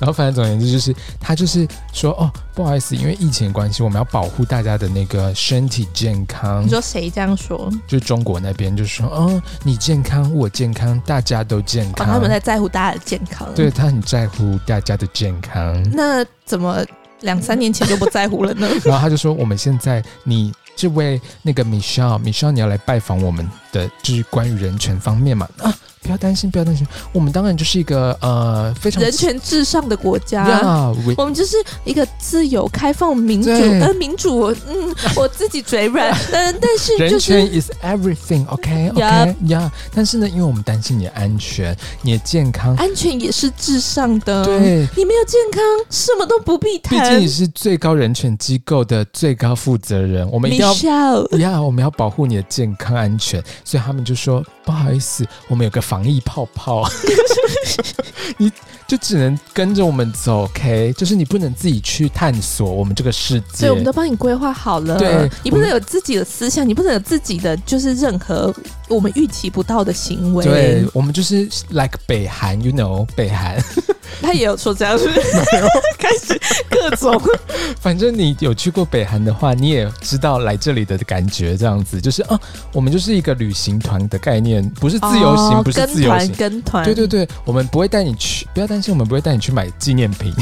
[SPEAKER 1] 然后 反正总而言之就是，他就是说哦，不好意思，因为疫情的关系，我们要保护大家的那个身体健康
[SPEAKER 2] 你。说谁这样说？哦
[SPEAKER 1] 就中国那边就说，哦，你健康，我健康，大家都健
[SPEAKER 2] 哦，
[SPEAKER 1] 康。
[SPEAKER 2] 他们在在乎大家的健康。
[SPEAKER 1] 对，啊他很在乎大家的健 康。
[SPEAKER 2] 那怎么两三年前就不在乎了 呢？
[SPEAKER 1] 然后他就说，我们现在你这位那个 Michelle，Michelle 你要来拜访我们的，就是关于人权方面嘛啊，不要担心，不要担心，我们当然就是一个呃非常
[SPEAKER 2] 人权啊至上的国家。
[SPEAKER 1] 呀，we
[SPEAKER 2] 我们就是一个自由、开放、民主，
[SPEAKER 1] 对
[SPEAKER 2] 呃，民主，我嗯，我自己嘴 软，嗯、但是
[SPEAKER 1] 人
[SPEAKER 2] 就是
[SPEAKER 1] 权 is everything，OK OK
[SPEAKER 2] Yup
[SPEAKER 1] 呀。但是呢，因为我们担心你的安全，你的健康，
[SPEAKER 2] 安全也是至上的。，
[SPEAKER 1] 对，
[SPEAKER 2] 你没有健康，什么都不必
[SPEAKER 1] 毕竟
[SPEAKER 2] 谈
[SPEAKER 1] 你。是最高人权机构的最高负责人，我们一定要
[SPEAKER 2] Michelle，
[SPEAKER 1] 呀，我们要保护你的健康安全。所以他们就说，不好意思，我们有个防疫泡 泡，你就只能跟着我们走，OK？就是你不能自己去探索我们这个世
[SPEAKER 2] 所
[SPEAKER 1] 界
[SPEAKER 2] 以我。们都帮你规划好了。
[SPEAKER 1] 对
[SPEAKER 2] 你不
[SPEAKER 1] 我们
[SPEAKER 2] 能有自己的思想，你不能有自己的就是任何我们预期不到的行为。
[SPEAKER 1] 对，，我们就是 like 北韩，you know，北韩。
[SPEAKER 2] 他也有说这样，是不是 开始各种
[SPEAKER 1] 反正你有去过北韩的话，你也知道来这里的感觉，这样子就是啊，我们就是一个旅行团的概念，不是自由行，
[SPEAKER 2] 哦
[SPEAKER 1] 不是自由行
[SPEAKER 2] 跟团，跟团，
[SPEAKER 1] 对对对，我们不会带你去，不要担心，我们不会带你去买纪念品，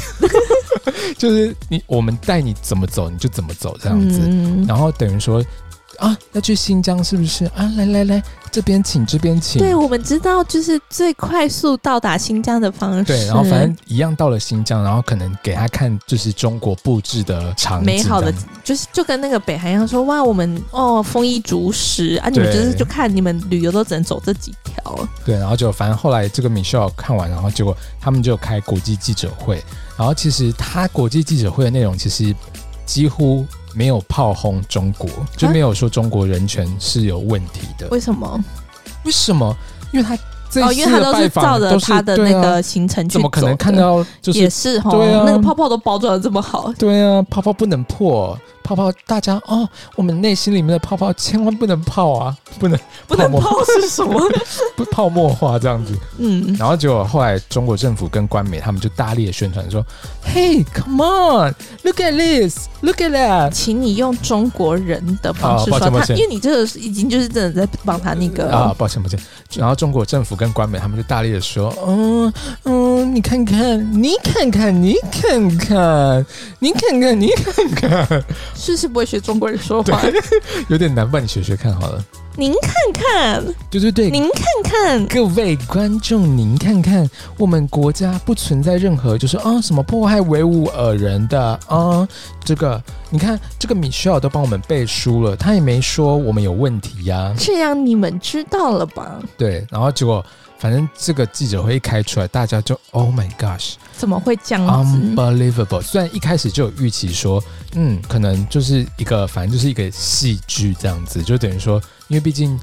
[SPEAKER 1] 就是你我们带你怎么走你就怎么走这
[SPEAKER 2] 这
[SPEAKER 1] 样子，
[SPEAKER 2] 嗯
[SPEAKER 1] 然后等于说啊，要去新疆是不是啊？来来来，这边请，这边请，
[SPEAKER 2] 对，我们知道就是最快速到达新疆的方式。
[SPEAKER 1] 对，然后反正一样到了新疆，然后可能给他看就是中国布置的场景，
[SPEAKER 2] 美好的就是就跟那个北韩一样说，哇，我们哦丰衣足食啊，你们
[SPEAKER 1] 对
[SPEAKER 2] 就是就看你们旅游都只能走这几条。
[SPEAKER 1] 对，然后就反正后来这个 Michelle 看完，然后结果他们就开国际记者会，然后其实他国际记者会的内容其实几乎没有炮轰中国，就没有说中国人权是有问题的。
[SPEAKER 2] 为什么？
[SPEAKER 1] 为什么？因为他这
[SPEAKER 2] 哦，
[SPEAKER 1] 一
[SPEAKER 2] 因为
[SPEAKER 1] 次
[SPEAKER 2] 他
[SPEAKER 1] 的
[SPEAKER 2] 都
[SPEAKER 1] 拜
[SPEAKER 2] 是
[SPEAKER 1] 访
[SPEAKER 2] 照
[SPEAKER 1] 都
[SPEAKER 2] 着
[SPEAKER 1] 是
[SPEAKER 2] 他的
[SPEAKER 1] 对
[SPEAKER 2] 那
[SPEAKER 1] 啊
[SPEAKER 2] 个行程去
[SPEAKER 1] 怎么可能
[SPEAKER 2] 走
[SPEAKER 1] 看
[SPEAKER 2] 的？
[SPEAKER 1] 到就
[SPEAKER 2] 也
[SPEAKER 1] 是？
[SPEAKER 2] 是哈，
[SPEAKER 1] 对啊
[SPEAKER 2] 那个泡泡都包装的这么好，
[SPEAKER 1] 对啊，泡泡不能破，泡泡大家哦，我们内心里面的泡泡千万不能泡啊，不能
[SPEAKER 2] 不能
[SPEAKER 1] 泡沫
[SPEAKER 2] 泡是什 么？
[SPEAKER 1] 不泡沫化这样子。
[SPEAKER 2] 嗯，
[SPEAKER 1] 然后结果后来中国政府跟官媒他们就大力的宣传说，Hey, come on, look at this, look at that。
[SPEAKER 2] 请你用中国人的方式
[SPEAKER 1] 啊抱
[SPEAKER 2] 说
[SPEAKER 1] 歉
[SPEAKER 2] 他，
[SPEAKER 1] 抱歉
[SPEAKER 2] 因为你这个已经就是真的在帮他那个
[SPEAKER 1] 啊，抱歉抱歉。然后中国政府跟官媒他们就大力的说，嗯嗯，你看看，你看看，你看看，你看看，你看看。
[SPEAKER 2] 是是不会学中国人说话。
[SPEAKER 1] 有点难，帮你学学看好了。
[SPEAKER 2] 您看 看，
[SPEAKER 1] 对对对，
[SPEAKER 2] 您看看，
[SPEAKER 1] 各位观众，您看看，我们国家不存在任何就是啊、什么迫害维吾尔人的啊、这个你看这个米歇尔都帮我们背书了，他也没说我们有问题呀、
[SPEAKER 2] 这样你们知道了吧？
[SPEAKER 1] 对，然后结果反正这个记者会一开出来，大家就 Oh my gosh，
[SPEAKER 2] 怎么会这样子？
[SPEAKER 1] Unbelievable！虽然一开始就有预期说，嗯，可能就是一个，反正就是一个戏剧这样子，就等于说，因为毕竟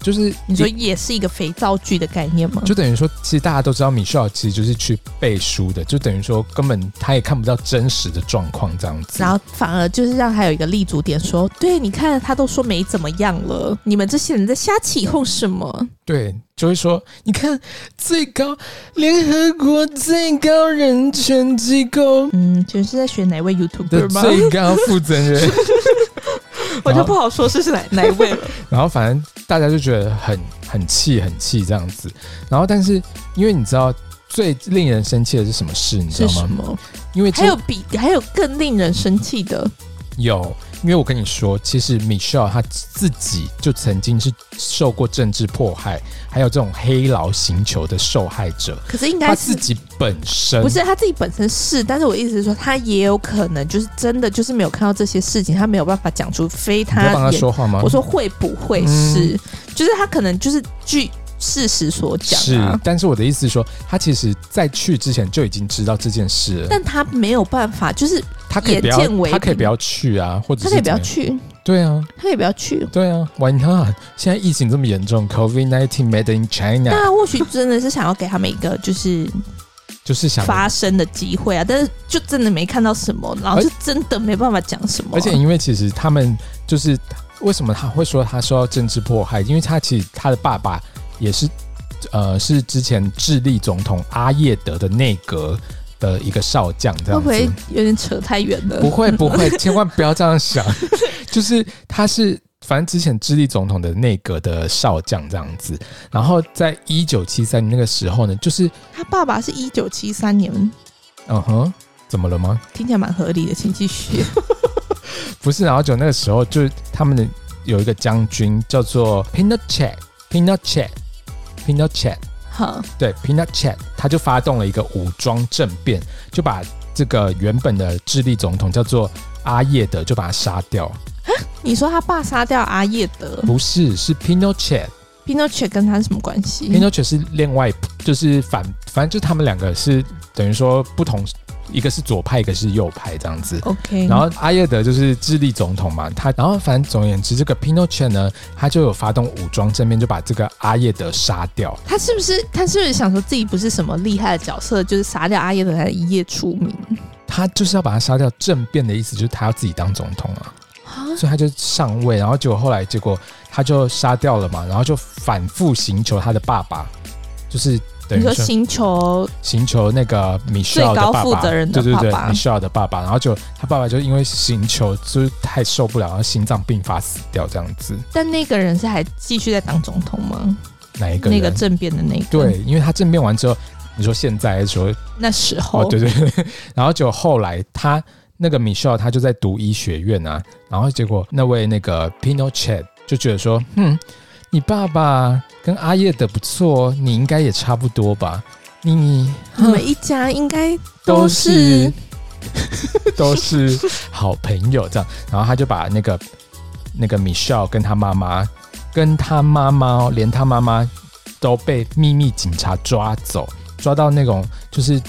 [SPEAKER 1] 就是
[SPEAKER 2] 你说也是一个肥皂剧的概念吗？
[SPEAKER 1] 就等于说，其实大家都知道，米歇尔其实就是去背书的，就等于说根本他也看不到真实的状况这样子。
[SPEAKER 2] 然后反而就是让还有一个立足点说，对，你看他都说没怎么样了，你们这些人在瞎起哄什么？
[SPEAKER 1] 对，就会说，你看最高联合国最高人权机 构
[SPEAKER 2] 嗯，就是在学哪位
[SPEAKER 1] 的
[SPEAKER 2] YouTuber 吗？
[SPEAKER 1] 最高负责人，
[SPEAKER 2] 我就不好说是哪哪一位了。
[SPEAKER 1] 然后反正大家就觉得很很气很气这样子。然后但是因为你知道最令人生气的是什么事，你知
[SPEAKER 2] 是
[SPEAKER 1] 道
[SPEAKER 2] 什
[SPEAKER 1] 吗？
[SPEAKER 2] 么？
[SPEAKER 1] 因为这
[SPEAKER 2] 还有比还有更令人生气的，
[SPEAKER 1] 有，因为我跟你说，其实 Michelle 她自己就曾经是受过政治迫害，还有这种黑牢刑求的受害者，
[SPEAKER 2] 可是应
[SPEAKER 1] 她
[SPEAKER 2] 该
[SPEAKER 1] 自
[SPEAKER 2] 是。
[SPEAKER 1] 己本身
[SPEAKER 2] 不是他自己本身是，但是我意思是说，他也有可能就是真的就是没有看到这些事情，他没有办法讲出非
[SPEAKER 1] 你在帮
[SPEAKER 2] 他
[SPEAKER 1] 她
[SPEAKER 2] 眼
[SPEAKER 1] 说话吗？嗯
[SPEAKER 2] 我说会不会是，就是他可能就是据事实所讲
[SPEAKER 1] 是
[SPEAKER 2] 啊，，
[SPEAKER 1] 但是我的意思是说，她其实在去之前就已经知道这件事了，
[SPEAKER 2] 但他没有办法，就是
[SPEAKER 1] 她可以
[SPEAKER 2] 眼
[SPEAKER 1] 不
[SPEAKER 2] 见
[SPEAKER 1] 要，
[SPEAKER 2] 为
[SPEAKER 1] 她可以
[SPEAKER 2] 凭
[SPEAKER 1] 不要去啊，或者
[SPEAKER 2] 他
[SPEAKER 1] 是
[SPEAKER 2] 可以不要
[SPEAKER 1] 怎么样，
[SPEAKER 2] 去，
[SPEAKER 1] 对啊，
[SPEAKER 2] 他可以不要去。
[SPEAKER 1] 对啊，Why not？现在疫情这么严重，COVID nineteen made in China，
[SPEAKER 2] 那或许真的是想要给他们一个 就是
[SPEAKER 1] 就是想
[SPEAKER 2] 发声的机会啊，但是就真的没看到什么，然后
[SPEAKER 1] 而
[SPEAKER 2] 就真的没办法讲什么啊、
[SPEAKER 1] 而且因为其实他们就是为什么他会说他受到政治迫害，因为他其实他的爸爸也是呃是之前智利总统阿耶德的内阁的一个少将，这
[SPEAKER 2] 会
[SPEAKER 1] 样
[SPEAKER 2] 不
[SPEAKER 1] 子。
[SPEAKER 2] 会有点扯太远了？
[SPEAKER 1] 不会不会，千万不要这样想。 就是他是，反正之前智利总统的内阁的少将这样子。然后在一九七三年那个时候呢，就是
[SPEAKER 2] 他爸爸是一九七三年，
[SPEAKER 1] 嗯哼，怎么了吗？
[SPEAKER 2] 听起来蛮合理的，请继续。
[SPEAKER 1] 不是，然后就那个时候，就是他们的有一个将军叫做 Pinochet，Pinochet，Pinochet，
[SPEAKER 2] 好，
[SPEAKER 1] 对 Pinochet，他就发动了一个武装政变，就把这个原本的智利总统叫做阿叶德，就把他杀掉。
[SPEAKER 2] 你说他爸杀掉阿叶德
[SPEAKER 1] 不是，是 Pinochet，Pinochet、
[SPEAKER 2] ，Pinochet 跟他是什么关系？
[SPEAKER 1] 是另外，就是反，反正就他们两个是等于说不同，一个是左派，一个是右派这样子。
[SPEAKER 2] OK，
[SPEAKER 1] 然后阿耶德就是智利总统嘛，他然后反正总而言之，这个 Pinochet 呢，他就有发动武装政变，就把这个阿耶德杀掉。
[SPEAKER 2] 他是不是他是不是想说自己不是什么厉害的角色，就是杀掉阿叶德才一夜出名
[SPEAKER 1] 他就是要把他杀掉，政变的意思就是他要自己当总统啊，
[SPEAKER 2] 啊？
[SPEAKER 1] 所以他就上位，然后结果后来结果他就杀掉了嘛，然后就反复刑求他的爸爸，就是等于
[SPEAKER 2] 你说
[SPEAKER 1] 说
[SPEAKER 2] 星球
[SPEAKER 1] 刑求那个米歇尔的爸爸，
[SPEAKER 2] 最高负责人的
[SPEAKER 1] 对对
[SPEAKER 2] 爸
[SPEAKER 1] 对，
[SPEAKER 2] 爸
[SPEAKER 1] 米歇尔的爸爸，然后就他爸爸就因为刑求就是太受不了，然后心脏病发死掉这样子，
[SPEAKER 2] 但那个人是还继续在当总统吗？
[SPEAKER 1] 哪一个
[SPEAKER 2] 那
[SPEAKER 1] 人？啊
[SPEAKER 2] 个政变的那个，，
[SPEAKER 1] 对，因为他政变完之后，你说现在还是说
[SPEAKER 2] 那时候，
[SPEAKER 1] 哦，对对对， 然后就后来他那个 Michelle 他就在读医学院啊，然后结果那位那个 Pinochet 就觉得说，嗯，你爸爸跟阿叶的不错，哦你应该也差不多吧，你你
[SPEAKER 2] 你们一家应该
[SPEAKER 1] 都
[SPEAKER 2] 都
[SPEAKER 1] 是
[SPEAKER 2] 是
[SPEAKER 1] 都是好朋友这样，然后他就把那个那个 Michelle 跟他妈妈，跟他妈妈哦，连他妈妈都被秘密警察抓走，抓到那种就是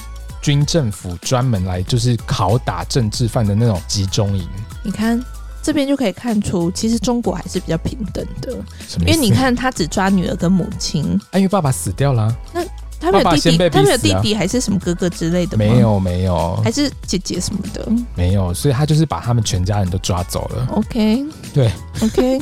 [SPEAKER 1] 军政府专门来就是拷打政治犯的那种集中营，
[SPEAKER 2] 你看。这边就可以看出，其实中国还是比较平等的，
[SPEAKER 1] 什么
[SPEAKER 2] 因
[SPEAKER 1] 意
[SPEAKER 2] 为
[SPEAKER 1] 思？
[SPEAKER 2] 你，看他只抓女儿跟母亲，
[SPEAKER 1] 哎，因为爸爸死掉了啊、
[SPEAKER 2] 他没有
[SPEAKER 1] 爸爸
[SPEAKER 2] 弟
[SPEAKER 1] 先
[SPEAKER 2] 弟，
[SPEAKER 1] 被
[SPEAKER 2] 他没有
[SPEAKER 1] 逼死
[SPEAKER 2] 弟
[SPEAKER 1] 啊
[SPEAKER 2] 弟还是什么哥哥之类的吗？
[SPEAKER 1] 没，有没有
[SPEAKER 2] 还是姐姐什么的。
[SPEAKER 1] 没有，所以他就是把他们全家人都抓走了。
[SPEAKER 2] OK，
[SPEAKER 1] 对
[SPEAKER 2] ，OK，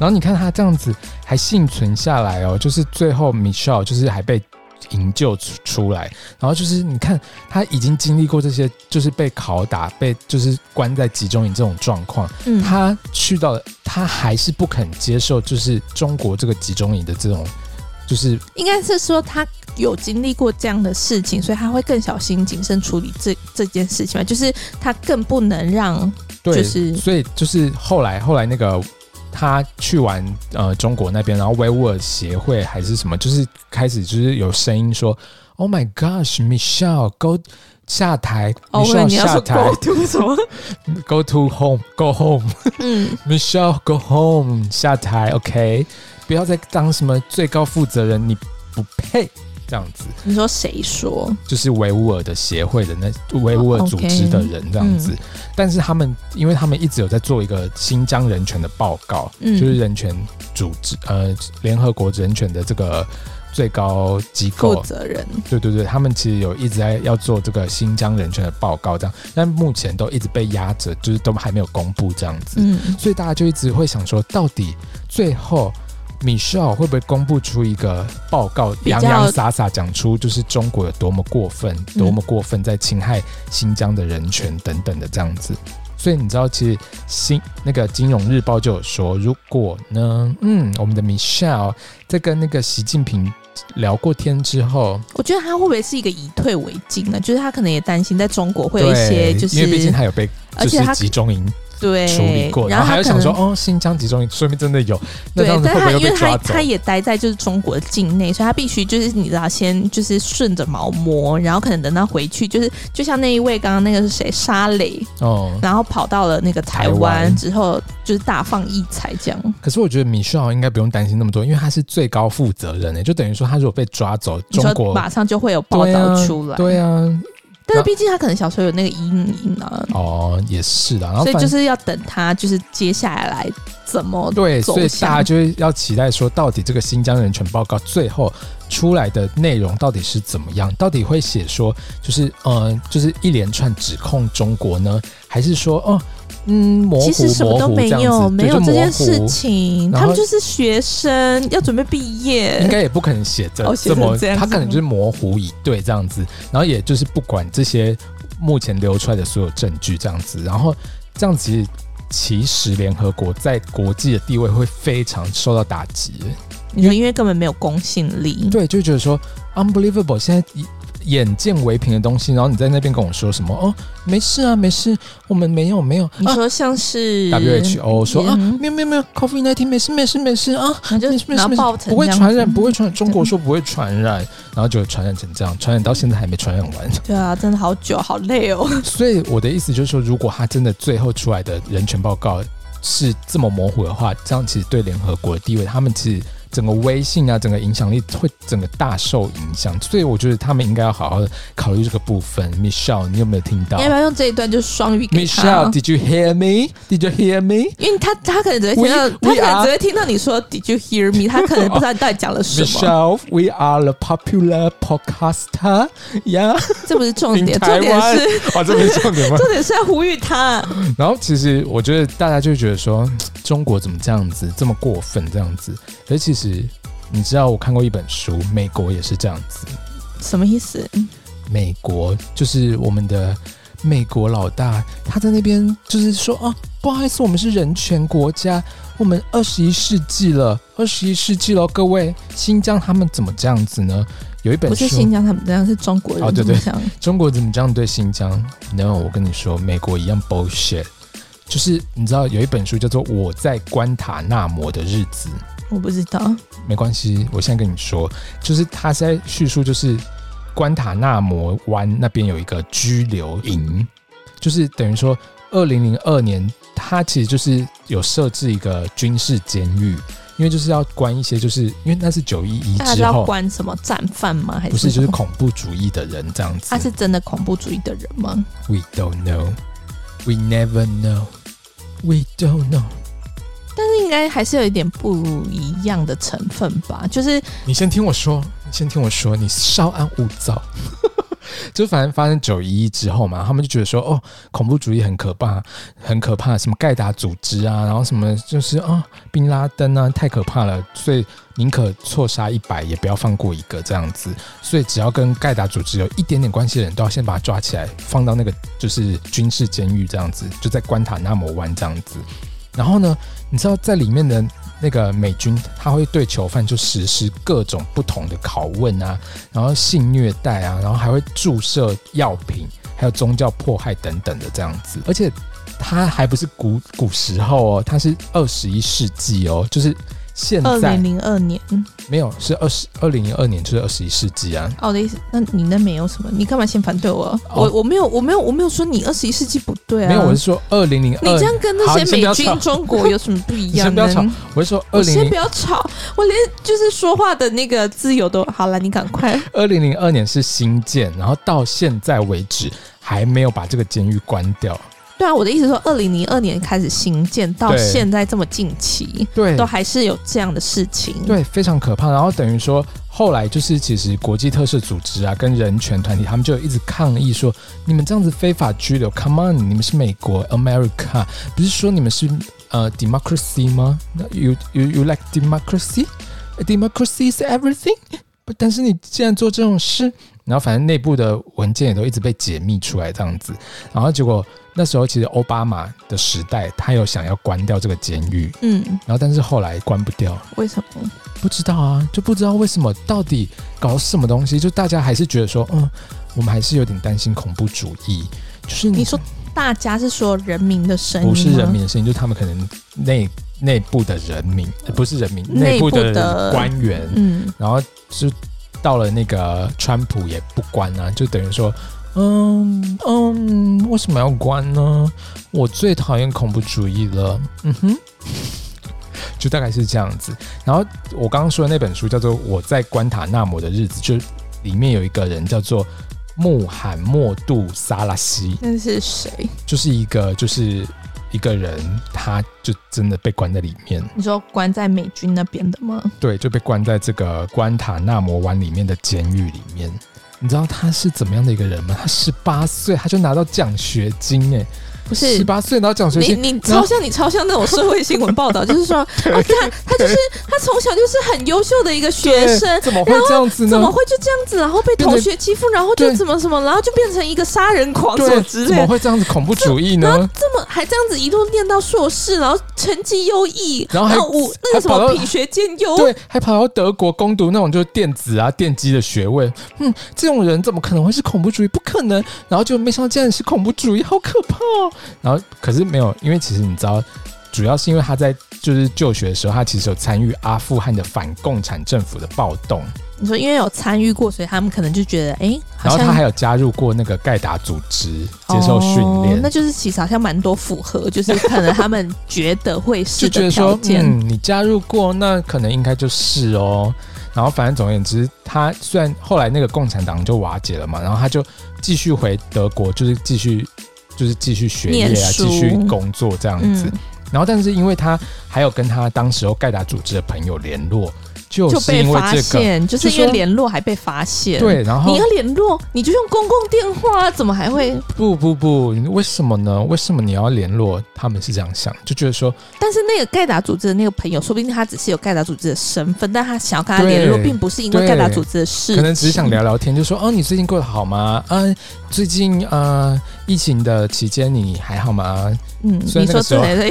[SPEAKER 1] 然后你看他这样子还幸存下来哦，就是最后 Michelle 就是还被营救出出来，然后就是你看他已经经历过这些，就是被拷打、被就是关在集中营这种状况，
[SPEAKER 2] 嗯，
[SPEAKER 1] 他去到了，他还是不肯接受，就是中国这个集中营的这种，就是
[SPEAKER 2] 应该是说他有经历过这样的事情，所以他会更小心谨慎处理这这件事情嘛，就是他更不能让
[SPEAKER 1] 对，
[SPEAKER 2] 就是
[SPEAKER 1] 所以就是后来后来那个他去完呃中国那边，然后维吾尔协会还是什么，就是开始就是有声音说，Oh my gosh，Michelle go 下台
[SPEAKER 2] 哦，我以为
[SPEAKER 1] ，Michelle
[SPEAKER 2] 你要
[SPEAKER 1] 下
[SPEAKER 2] 说
[SPEAKER 1] 台
[SPEAKER 2] 狗图什 么？
[SPEAKER 1] ，Go to home，Go home，Michelle
[SPEAKER 2] 嗯，
[SPEAKER 1] go home 下台，OK，不要再当什么最高负责人，你不配。这样子，
[SPEAKER 2] 你说谁说？
[SPEAKER 1] 就是维吾尔的协会的那维吾尔组织的人这样子
[SPEAKER 2] 哦 OK，
[SPEAKER 1] 但是他们，因为他们一直有在做一个新疆人权的报告，
[SPEAKER 2] 嗯
[SPEAKER 1] 就是人权组织呃联合国人权的这个最高机
[SPEAKER 2] 负
[SPEAKER 1] 构，
[SPEAKER 2] 责人
[SPEAKER 1] 对对对，他们其实有一直在要做这个新疆人权的报告这样，但目前都一直被压着，就是都还没有公布这样子，
[SPEAKER 2] 嗯，
[SPEAKER 1] 所以大家就一直会想说，到底最后。米少会不会公布出一个报告，
[SPEAKER 2] 比较
[SPEAKER 1] 洋洋洒洒讲出就是中国有多么过分，
[SPEAKER 2] 嗯
[SPEAKER 1] 多么过分在侵害新疆的人权等等的这样子？所以你知道，其实新那个《金融日报》就有说，如果呢，嗯，我们的米少在跟那个习近平聊过天之后，
[SPEAKER 2] 我觉得他会不会是一个以退为进呢？就是他可能也担心在中国会有一些，
[SPEAKER 1] 对
[SPEAKER 2] 就是
[SPEAKER 1] 因为毕竟他有被
[SPEAKER 2] 而
[SPEAKER 1] 就
[SPEAKER 2] 且他
[SPEAKER 1] 是集中营
[SPEAKER 2] 对
[SPEAKER 1] 处理过，然
[SPEAKER 2] 然
[SPEAKER 1] 后
[SPEAKER 2] 后
[SPEAKER 1] 还有
[SPEAKER 2] 他可
[SPEAKER 1] 想
[SPEAKER 2] 能
[SPEAKER 1] 说，哦，新疆集中营，说明真的有，那
[SPEAKER 2] 对
[SPEAKER 1] 这样，子
[SPEAKER 2] 但
[SPEAKER 1] 会不
[SPEAKER 2] 他
[SPEAKER 1] 会又
[SPEAKER 2] 因为
[SPEAKER 1] 被抓
[SPEAKER 2] 他
[SPEAKER 1] 走
[SPEAKER 2] 他？也待在就是中国境内，所以他必须就是你知道，先就是顺着毛摸，然后可能等他回去，就是就像那一位刚刚那个是谁沙磊，
[SPEAKER 1] 哦，
[SPEAKER 2] 然后跑到了那个台
[SPEAKER 1] 台湾
[SPEAKER 2] 湾之后，就是大放异彩这样。
[SPEAKER 1] 可是我觉得米秀豪应该不用担心那么多，因为他是最高负责人诶，欸就等于说他如果被抓走，
[SPEAKER 2] 你
[SPEAKER 1] 中
[SPEAKER 2] 说
[SPEAKER 1] 国
[SPEAKER 2] 马上就会有报
[SPEAKER 1] 对
[SPEAKER 2] 道
[SPEAKER 1] 啊
[SPEAKER 2] 出来，
[SPEAKER 1] 对啊，
[SPEAKER 2] 但是毕竟他可能小时候有那个阴影啊，
[SPEAKER 1] 哦，也是啦，然后
[SPEAKER 2] 所以
[SPEAKER 1] 反
[SPEAKER 2] 就
[SPEAKER 1] 正。
[SPEAKER 2] 是要等他就是接下来怎么
[SPEAKER 1] 对，
[SPEAKER 2] 走
[SPEAKER 1] 所以
[SPEAKER 2] 向
[SPEAKER 1] 大家就会要期待说，到底这个新疆人权报告最后出来的内容到底是怎么样？到底会写说，就是呃，就是一连串指控中国呢，还是说，哦，嗯，模糊
[SPEAKER 2] 其实什么
[SPEAKER 1] 模
[SPEAKER 2] 都
[SPEAKER 1] 糊这
[SPEAKER 2] 没
[SPEAKER 1] 样
[SPEAKER 2] 有，
[SPEAKER 1] 子，
[SPEAKER 2] 没
[SPEAKER 1] 对
[SPEAKER 2] 有
[SPEAKER 1] 就
[SPEAKER 2] 这件
[SPEAKER 1] 模糊
[SPEAKER 2] 事情，
[SPEAKER 1] 然后
[SPEAKER 2] 他们就是学生，要准备毕业，
[SPEAKER 1] 应该也不可能写着
[SPEAKER 2] 哦写
[SPEAKER 1] 这
[SPEAKER 2] 成
[SPEAKER 1] 么，
[SPEAKER 2] 这样子
[SPEAKER 1] 他可能就是模糊以对这样子，然后也就是不管这些目前流出来的所有证据这样子，然后这样子其实联合国在国际的地位会非常受到打击。
[SPEAKER 2] 你说因为根本没有公信力，
[SPEAKER 1] 对，就觉得说 unbelievable，现在以眼见为凭的东西，然后你在那边跟我说什么哦，没事啊，没事，我们没有没有
[SPEAKER 2] 你
[SPEAKER 1] 啊。
[SPEAKER 2] 说像是
[SPEAKER 1] WHO 说啊
[SPEAKER 2] 嗯，
[SPEAKER 1] 没有没有没有，COVID 1 9没事没事没事啊，
[SPEAKER 2] 然后就
[SPEAKER 1] 没事没事
[SPEAKER 2] 然后
[SPEAKER 1] 没事
[SPEAKER 2] 爆成
[SPEAKER 1] 不会
[SPEAKER 2] 这样
[SPEAKER 1] 传染，
[SPEAKER 2] 子
[SPEAKER 1] 不会传染。中国说不会传染， 然后就传染成这样，传染到现在还没传染完。
[SPEAKER 2] 对啊，真的好久，好累哦。
[SPEAKER 1] 所以我的意思就是说，如果他真的最后出来的人权报告是这么模糊的话，这样其实对联合国的地位，他们其实整个威信啊，整个影响力会整个大受影响。所以我觉得他们应该要好好的考虑这个部分。Michelle，你有没有听 到
[SPEAKER 2] 你要不要用这一段就是双语给他？
[SPEAKER 1] ？Michelle，Did you hear me？Did you hear me？
[SPEAKER 2] 因为他他可能只会听
[SPEAKER 1] We-
[SPEAKER 2] 到，他
[SPEAKER 1] we
[SPEAKER 2] 可能
[SPEAKER 1] are- 啊
[SPEAKER 2] 只会听到你说 “Did you hear me”，他可能不知道你到底讲了 什么。
[SPEAKER 1] Michelle, we are the popular podcaster. Yeah，
[SPEAKER 2] 这不是重
[SPEAKER 1] in
[SPEAKER 2] 点，重
[SPEAKER 1] Taiwan
[SPEAKER 2] 点是？
[SPEAKER 1] 哇，哦这不是重点吗
[SPEAKER 2] 重点是要呼吁他。
[SPEAKER 1] 然后其实我觉得大家就会觉得说，嗯中国怎么这样子，这么过分这样子？可是其实你知道，我看过一本书，美国也是这样子。
[SPEAKER 2] 什么意思？
[SPEAKER 1] 美国就是我们的美国老大，他在那边就是说啊，不好意思，我们是人权国家，我们二十一世纪了，二十一世纪了，各位，新疆他们怎么这样子呢？有一本
[SPEAKER 2] 不是
[SPEAKER 1] 书
[SPEAKER 2] 新，疆他们这样，是中国
[SPEAKER 1] 哦
[SPEAKER 2] 人
[SPEAKER 1] 对
[SPEAKER 2] 这么
[SPEAKER 1] 对
[SPEAKER 2] 想。
[SPEAKER 1] 中国怎么这样对新疆？No，我跟你说，美国一样 bullshit。就是你知道有一本书叫做《我在关塔那摩的日子》，
[SPEAKER 2] 我不知道，
[SPEAKER 1] 没关系，我现在跟你说，就是他是在叙述，就是关塔那摩湾那边有一个拘留营，就是等于说，二零零二年，他其实就是有设置一个军事监狱，因为就是要关一些，就是因为那是九一一
[SPEAKER 2] 大家是
[SPEAKER 1] 之
[SPEAKER 2] 要
[SPEAKER 1] 后，
[SPEAKER 2] 关什么战犯吗？还
[SPEAKER 1] 不是
[SPEAKER 2] 是
[SPEAKER 1] 就
[SPEAKER 2] 什
[SPEAKER 1] 是
[SPEAKER 2] 么
[SPEAKER 1] 恐怖主义的人这样子。
[SPEAKER 2] 他是真的恐怖主义的人吗？
[SPEAKER 1] We don't know, we never know, we don't know。
[SPEAKER 2] 但是应该还是有一点不一样的成分吧。就是
[SPEAKER 1] 你先听我说，你先听我说，你稍安勿躁。 就反正发生九一一之后嘛，他们就觉得说，哦，恐怖主义很可怕，很可怕，什么盖达组织啊，然后什么就是啊、宾拉登啊，太可怕了，所以宁可错杀一百，也不要放过一个这样子。所以只要跟盖达组织有一点点关系的人，都要先把他抓起来，放到那个就是军事监狱这样子，就在关塔那摩湾这样子。然后呢，你知道在里面的那个美军他会对囚犯就实施各种不同的拷问啊，然后性虐待啊，然后还会注射药品，还有宗教迫害等等的这样子，而且他还不是古古时候哦，他是二十一世纪哦，就是现
[SPEAKER 2] 二
[SPEAKER 1] 在
[SPEAKER 2] 零零二年，嗯
[SPEAKER 1] 没有是二十二零零二年，就是二十一世纪啊，
[SPEAKER 2] 哦，我的意思，那你那没有什么，你干嘛先反对我？
[SPEAKER 1] 哦
[SPEAKER 2] 我我没有，我没有，我没有说你二十一世纪不对啊。
[SPEAKER 1] 没有，我是说二零零
[SPEAKER 2] 你
[SPEAKER 1] 二
[SPEAKER 2] 这，样跟那
[SPEAKER 1] 好你先
[SPEAKER 2] 些
[SPEAKER 1] 不
[SPEAKER 2] 美
[SPEAKER 1] 要吵
[SPEAKER 2] 军、中国有什么不一
[SPEAKER 1] 你先
[SPEAKER 2] 样
[SPEAKER 1] 不要
[SPEAKER 2] 呢？
[SPEAKER 1] 吵我是说二
[SPEAKER 2] 我先
[SPEAKER 1] 零
[SPEAKER 2] 不要吵，我连就是说话的那个自由都好了，你 赶快。
[SPEAKER 1] 二零零二年是新建，然后到现在为止还没有把这个监狱关掉，
[SPEAKER 2] 对啊，我的意思说，二零零二年开始兴建，到
[SPEAKER 1] 对
[SPEAKER 2] 现在这么近期，
[SPEAKER 1] 对
[SPEAKER 2] 都还是有这样的事情。，
[SPEAKER 1] 对，非常可怕。然后等于说，后来就是其实国际特赦组织啊，跟人权团体，他们就一直抗议说，你们这样子非法拘留，Come on，你们是美国 America，不是说你们是呃 democracy 吗那？You you you like democracy? Democracy is everything. 不但是你竟然做这种事，然后反正内部的文件也都一直被解密出来这样子，然后结果那时候其实奥巴马的时代，他有想要关掉这个监狱，
[SPEAKER 2] 嗯，
[SPEAKER 1] 然后但是后来关不掉。
[SPEAKER 2] 为什么？
[SPEAKER 1] 不知道啊，就不知道为什么到底搞什么东西，就大家还是觉得说，嗯，我们还是有点担心恐怖主义，就是
[SPEAKER 2] 你说大家是说人民的声音吗
[SPEAKER 1] 不是人民的声音，就是他们可能内内部的人民，呃不是人民内
[SPEAKER 2] 内
[SPEAKER 1] 部
[SPEAKER 2] 部
[SPEAKER 1] 的
[SPEAKER 2] 的
[SPEAKER 1] 官员，
[SPEAKER 2] 嗯，
[SPEAKER 1] 然后就到了那个川普也不关啊，就等于说，嗯嗯，为什么要关呢？我最讨厌恐怖主义了，嗯哼， 就大概是这样子。然后我刚刚说的那本书叫做《我在关塔那摩的日子》，就里面有一个人叫做穆罕默杜沙拉西，
[SPEAKER 2] 那是谁？
[SPEAKER 1] 就是一个就是一个人，他就真的被关在里面。
[SPEAKER 2] 你说关在美军那边的吗？
[SPEAKER 1] 对，就被关在这个关塔那摩湾里面的监狱里面。你知道他是怎么样的一个人吗？他十八岁他就拿到奖学金哎、
[SPEAKER 2] 不
[SPEAKER 1] 欸，十
[SPEAKER 2] 是。
[SPEAKER 1] 八岁拿到奖学
[SPEAKER 2] 你
[SPEAKER 1] 金，
[SPEAKER 2] 你
[SPEAKER 1] 然
[SPEAKER 2] 超
[SPEAKER 1] 后
[SPEAKER 2] 像你超像那种社会新闻报 道，就是说，哦，他他就是他从小就是很优秀的一个学
[SPEAKER 1] 对
[SPEAKER 2] 生，
[SPEAKER 1] 怎么会这样子
[SPEAKER 2] 怎么
[SPEAKER 1] 呢？
[SPEAKER 2] 会就这样子，然后被同学欺负，然后就
[SPEAKER 1] 对
[SPEAKER 2] 怎么什么，然后就变成一个杀人狂什么
[SPEAKER 1] 对，
[SPEAKER 2] 之
[SPEAKER 1] 怎
[SPEAKER 2] 类
[SPEAKER 1] 么
[SPEAKER 2] 的，
[SPEAKER 1] 会这样子恐怖主义
[SPEAKER 2] 然后
[SPEAKER 1] 呢？
[SPEAKER 2] 这么还这样子一路念到硕士，然后成绩优异，
[SPEAKER 1] 然后还
[SPEAKER 2] 五那个什
[SPEAKER 1] 还跑
[SPEAKER 2] 么
[SPEAKER 1] 到
[SPEAKER 2] 品学兼优，
[SPEAKER 1] 对，还跑到德国攻读那种就是电子啊、电机的学位，嗯，这种人怎么可能会是恐怖主义？不可能！然后就没想到竟然是恐怖主义，好可怕哦！然后可是没有，因为其实你知道，主要是因为他在就是就学的时候，他其实有参与阿富汗的反共产政府的暴动，
[SPEAKER 2] 你说因为有参与过，所以他们可能就觉得，哎、好
[SPEAKER 1] 然后
[SPEAKER 2] 像
[SPEAKER 1] 他还有加入过那个盖达组织接受训
[SPEAKER 2] 哦
[SPEAKER 1] 练，
[SPEAKER 2] 那就是其实好像蛮多符合，就是可能他们觉得会
[SPEAKER 1] 就
[SPEAKER 2] 是
[SPEAKER 1] 觉
[SPEAKER 2] 的
[SPEAKER 1] 得
[SPEAKER 2] 条
[SPEAKER 1] 说，
[SPEAKER 2] 件。
[SPEAKER 1] 嗯，你加入过，那可能应该就是哦。然后反正总而言之，他虽然后来那个共产党就瓦解了嘛，然后他就继续回德国，就是继续就是继续学业
[SPEAKER 2] 念
[SPEAKER 1] 啊，
[SPEAKER 2] 书
[SPEAKER 1] 继续工作这样
[SPEAKER 2] 嗯
[SPEAKER 1] 子。然后但是因为他还有跟他当时候盖达组织的朋友联络，就
[SPEAKER 2] 就是被
[SPEAKER 1] 因为
[SPEAKER 2] 发
[SPEAKER 1] 这个
[SPEAKER 2] 现，就是因
[SPEAKER 1] 就
[SPEAKER 2] 为
[SPEAKER 1] 说
[SPEAKER 2] 联络还被发现。，
[SPEAKER 1] 对，然后
[SPEAKER 2] 你要联络，你就用公共电话，怎么还会？
[SPEAKER 1] 不不不，为什么呢？为什么你要联络？他们是这样想，就觉得说
[SPEAKER 2] 但是那个盖达组织的那个朋友，说不定他只是有盖达组织的身份，但他想要跟他
[SPEAKER 1] 对
[SPEAKER 2] 联络，并不是因为
[SPEAKER 1] 对
[SPEAKER 2] 盖达组织的事情，
[SPEAKER 1] 可能只是想聊聊天，就说哦，你最近过得好吗？啊，最近呃，疫情的期间你还好吗？
[SPEAKER 2] 嗯，
[SPEAKER 1] 虽
[SPEAKER 2] 你
[SPEAKER 1] 然那个
[SPEAKER 2] 说
[SPEAKER 1] 时
[SPEAKER 2] 这
[SPEAKER 1] 候
[SPEAKER 2] 才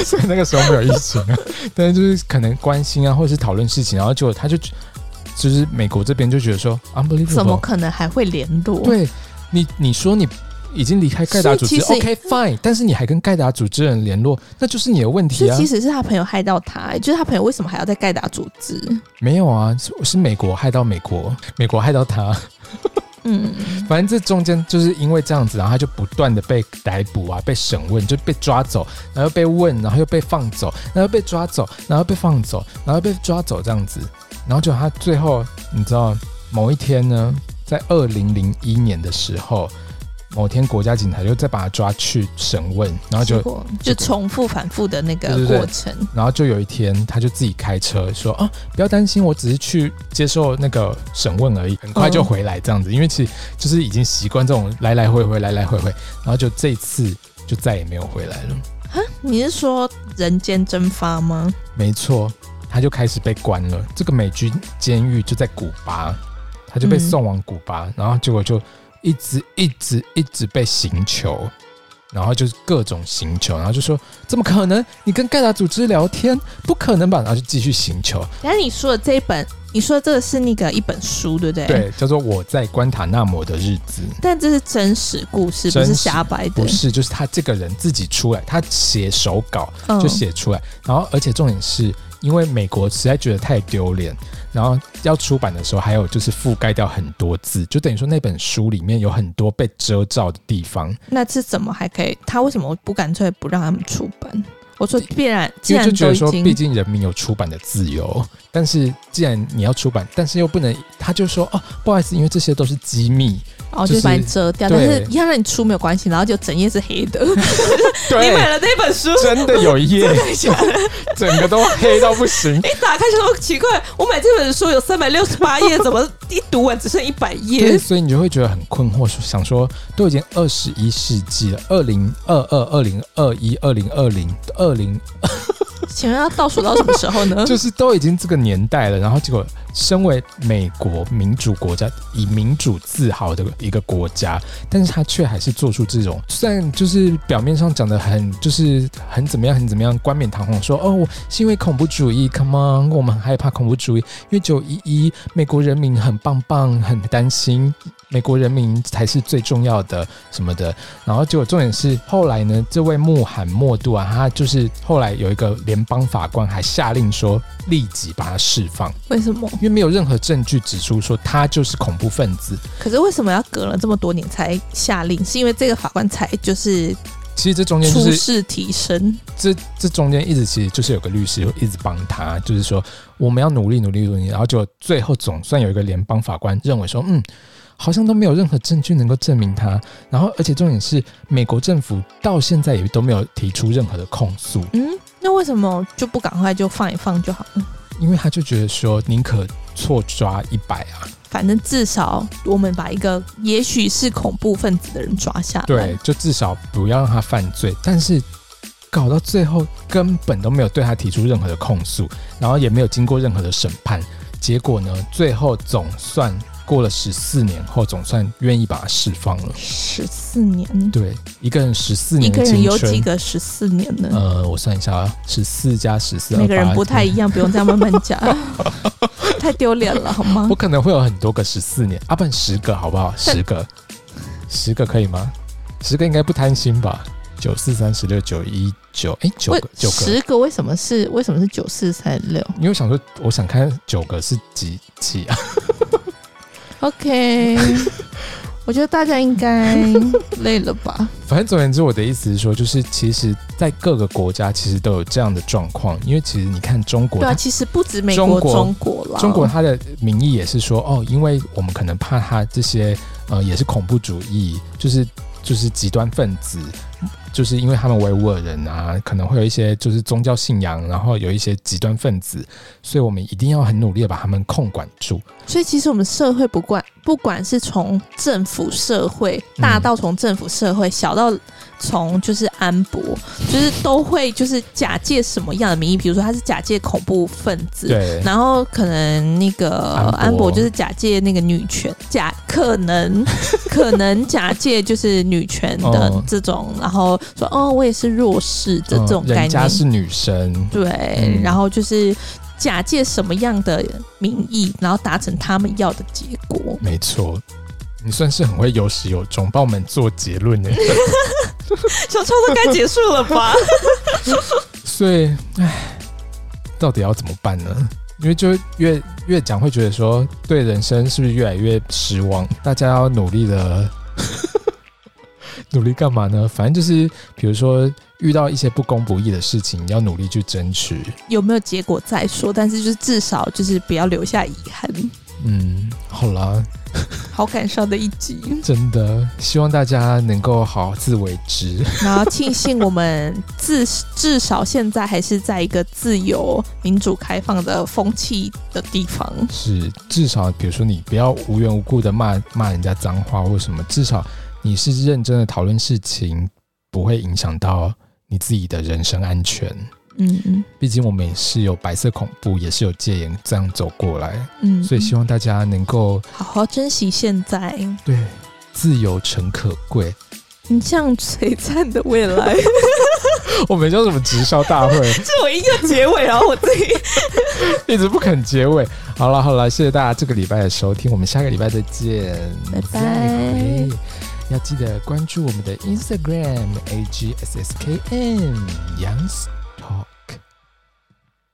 [SPEAKER 2] 是
[SPEAKER 1] 所以那个时候没有疫情啊， 但是就是可能关心啊，或者是讨论事情，然后结果他就就是美国这边就觉得说
[SPEAKER 2] 怎么
[SPEAKER 1] unbelievable，
[SPEAKER 2] 可能还会联络？，
[SPEAKER 1] 对你你说你。已经离开盖达组织
[SPEAKER 2] 所以其
[SPEAKER 1] ，OK fine，但是你还跟盖达组织人联络，那就是你的问
[SPEAKER 2] 所
[SPEAKER 1] 题
[SPEAKER 2] 以
[SPEAKER 1] 啊
[SPEAKER 2] 其。实是他朋友害到他、欸就是他朋友为什么还要在盖达组织？
[SPEAKER 1] 没有啊，是是美国害到美国，美国害到他。
[SPEAKER 2] 嗯，
[SPEAKER 1] 反正这中间就是因为这样子，然后他就不断的被逮捕啊，被审问，就被抓走，然后又被问，然后又被放走，然后又被抓走，然后又被放走，然后又被抓走这样子，然后就他最后你知道某一天呢，在二零零一年的时候，某天国家警察就再把他抓去审问，然后就
[SPEAKER 2] 结果就重复反复的那
[SPEAKER 1] 对
[SPEAKER 2] 个
[SPEAKER 1] 对对
[SPEAKER 2] 过程。
[SPEAKER 1] 然后就有一天，他就自己开车说：“啊，不要担心，我只是去接受那个审问而已，很快就回来这样子。因为其实就是已经习惯这种来来回回、来来回回，然后就这一次就再也没有回来了。
[SPEAKER 2] 你是说人间蒸发吗？
[SPEAKER 1] 没错，他就开始被关了。这个美军监狱就在古巴，他就被
[SPEAKER 2] 嗯
[SPEAKER 1] 送往古巴，然后结果就一直一直一直被刑求，然后就是各种刑求，然后就说怎么可能？你跟盖达组织聊天，不可能吧？然后就继续刑求，
[SPEAKER 2] 然后你说的这一本，你说这个是那个一本书，对不对？。
[SPEAKER 1] 对，叫做我在关塔那摩的日子，
[SPEAKER 2] 但这是真实故事，不
[SPEAKER 1] 真实
[SPEAKER 2] 是瞎掰的。
[SPEAKER 1] 不是，就是他这个人自己出来，他写手稿
[SPEAKER 2] 嗯
[SPEAKER 1] 就写出来，然后而且重点是因为美国实在觉得太丢脸，然后要出版的时候还有就是覆盖掉很多字，就等于说那本书里面有很多被遮罩的地方，
[SPEAKER 2] 那这怎么还可以？他为什么不干脆不让他们出版？我说，必然既
[SPEAKER 1] 因为
[SPEAKER 2] 然
[SPEAKER 1] 就觉
[SPEAKER 2] 都
[SPEAKER 1] 得
[SPEAKER 2] 已
[SPEAKER 1] 说，毕
[SPEAKER 2] 经
[SPEAKER 1] 竟人民有出版的自由，但是既然你要出版，但是又不能，他就说哦，不好意思，因为这些都是机密，
[SPEAKER 2] 哦，
[SPEAKER 1] 就
[SPEAKER 2] 就是把你遮掉，但
[SPEAKER 1] 对
[SPEAKER 2] 是要让你出没有关系，然后就整页是黑 的。 你买
[SPEAKER 1] 对，
[SPEAKER 2] 了这本书，
[SPEAKER 1] 真的有一页 整个都黑到不行，
[SPEAKER 2] 一打开就说哦奇怪，我买这本书有三百六十八 页，怎么一读完只剩一百
[SPEAKER 1] 对，
[SPEAKER 2] 页？
[SPEAKER 1] 所以你就会觉得很困惑，说想说都已经二十一世纪了，二零二二、二零二一、二零二零、二零，
[SPEAKER 2] 请问要倒数到什么时候呢？
[SPEAKER 1] 就是都已经这个年代了，然后结果身为美国民主国家，以民主自豪的一个国家，但是他却还是做出这种，虽然就是表面上讲的很就是很怎么样很怎么样，冠冕堂皇说哦是因为恐怖主义，come on，我们很害怕恐怖主义，因为九一一美国人民很棒棒，很担心美国人民才是最重要的什么的，然后结果重点是后来呢，这位穆罕默杜啊，他就是后来有一个联邦法官还下令说立即把他释放，
[SPEAKER 2] 为什么？
[SPEAKER 1] 因为没有任何证据指出说他就是恐怖分子，
[SPEAKER 2] 可是为什么要隔了这么多年才下令？是因为这个法官才就是
[SPEAKER 1] 其实这中间就
[SPEAKER 2] 出
[SPEAKER 1] 是
[SPEAKER 2] 试提升，
[SPEAKER 1] 这这中间一直其实就是有个律师一直帮他，就是说我们要努力努力努力，然后就最后总算有一个联邦法官认为说，嗯，好像都没有任何证据能够证明他，然后而且重点是美国政府到现在也都没有提出任何的控诉，
[SPEAKER 2] 嗯，那为什么就不赶快就放一放就好了？
[SPEAKER 1] 因为他就觉得说宁可错抓一百啊，
[SPEAKER 2] 反正至少我们把一个也许是恐怖分子的人抓下来。
[SPEAKER 1] 对，，就至少不要让他犯罪，但是。搞到最后根本都没有对他提出任何的控诉，然后也没有经过任何的审判，结果呢，最后总算过了十四年后，总算愿意把他释放了。
[SPEAKER 2] 十四年，
[SPEAKER 1] 对，一个人十四
[SPEAKER 2] 一
[SPEAKER 1] 年
[SPEAKER 2] 个
[SPEAKER 1] 的
[SPEAKER 2] 人
[SPEAKER 1] 青
[SPEAKER 2] 有几
[SPEAKER 1] 春，
[SPEAKER 2] 个十四年呢？
[SPEAKER 1] 呃，我算一下啊，十四加十四，
[SPEAKER 2] 每个人不太
[SPEAKER 1] 样。
[SPEAKER 2] 一样，不用这样慢慢 讲，太丢脸了好吗
[SPEAKER 1] 我？可能会有很多个十四年，啊，不然十个好不好？十个，十个可以吗？十个应该不贪心吧？九四三十六九一九，哎，九
[SPEAKER 2] 为
[SPEAKER 1] 个九个，
[SPEAKER 2] 十个为什么是为什么是九四三六
[SPEAKER 1] 因为我想说，我想看九个是几几啊？
[SPEAKER 2] ？OK，我觉得大家应该 累了吧？
[SPEAKER 1] 反正总而言之，我的意思是说，就是其实，在各个国家其实都有这样的状况，因为其实你看中国，
[SPEAKER 2] 对啊，
[SPEAKER 1] 它
[SPEAKER 2] 其实不止美国、
[SPEAKER 1] 中国
[SPEAKER 2] 中国啦，
[SPEAKER 1] 中国它的名义也是说，哦，因为我们可能怕他这些呃也是恐怖主义，就是就是极端分子，就是因为他们维吾尔人啊，可能会有一些就是宗教信仰，然后有一些极端分子，所以我们一定要很努力的把他们控管住。
[SPEAKER 2] 所以其实我们社会不管不管是从政府社会，
[SPEAKER 1] 嗯
[SPEAKER 2] 大到从政府社会，小到从就是安博，就是都会就是假借什么样的名义，比如说他是假借恐怖分子。
[SPEAKER 1] 对，
[SPEAKER 2] 然后可能那个
[SPEAKER 1] 安博
[SPEAKER 2] 安博就是假借那个女权，假可能 可能假借就是女权的
[SPEAKER 1] 哦
[SPEAKER 2] 这种，然后说哦我也是弱势这
[SPEAKER 1] 嗯
[SPEAKER 2] 这种概
[SPEAKER 1] 人家
[SPEAKER 2] 念，
[SPEAKER 1] 是女生，
[SPEAKER 2] 对，
[SPEAKER 1] 嗯
[SPEAKER 2] 然后就是假借什么样的名义，然后达成他们要的结果。
[SPEAKER 1] 没错。你算是很会有始有终，帮我们做结论呢。
[SPEAKER 2] 小超都该结束 了吧？
[SPEAKER 1] 所以，唉，到底要怎么办呢？因为就越越讲会觉得说，对人生是不是越来越失望？大家要努力的， 努力干嘛呢？反正就是，比如说遇到一些不公不义的事情，要努力去争取。
[SPEAKER 2] 有没有结果再说，但是就是至少就是不要留下遗憾。
[SPEAKER 1] 嗯，好啦，
[SPEAKER 2] 好感伤的一集，
[SPEAKER 1] 真的希望大家能够好自为之。
[SPEAKER 2] 然后庆幸我们至至少现在还是在一个自由、民主、开放的风气的地方。
[SPEAKER 1] 是，至少比如说你不要无缘无故的骂骂人家脏话或什么，至少你是认真的讨论事情，不会影响到你自己的人身安全。
[SPEAKER 2] 嗯嗯
[SPEAKER 1] 毕竟我们也是有白色恐怖，也是有戒严这样走过来，
[SPEAKER 2] 嗯，
[SPEAKER 1] 所以希望大家能够
[SPEAKER 2] 好好珍惜现在。
[SPEAKER 1] 对自由诚可贵，
[SPEAKER 2] 你像璀璨的未来，
[SPEAKER 1] 我们叫什么直销大会，
[SPEAKER 2] 这我一定要结尾，然后我自己
[SPEAKER 1] 一直不肯结尾。好了好了，谢谢大家这个礼拜的收听，我们下个礼拜再见，哎
[SPEAKER 2] 拜拜
[SPEAKER 1] 再会。要记得关注我们的 Instagram A G S S K M 杨 s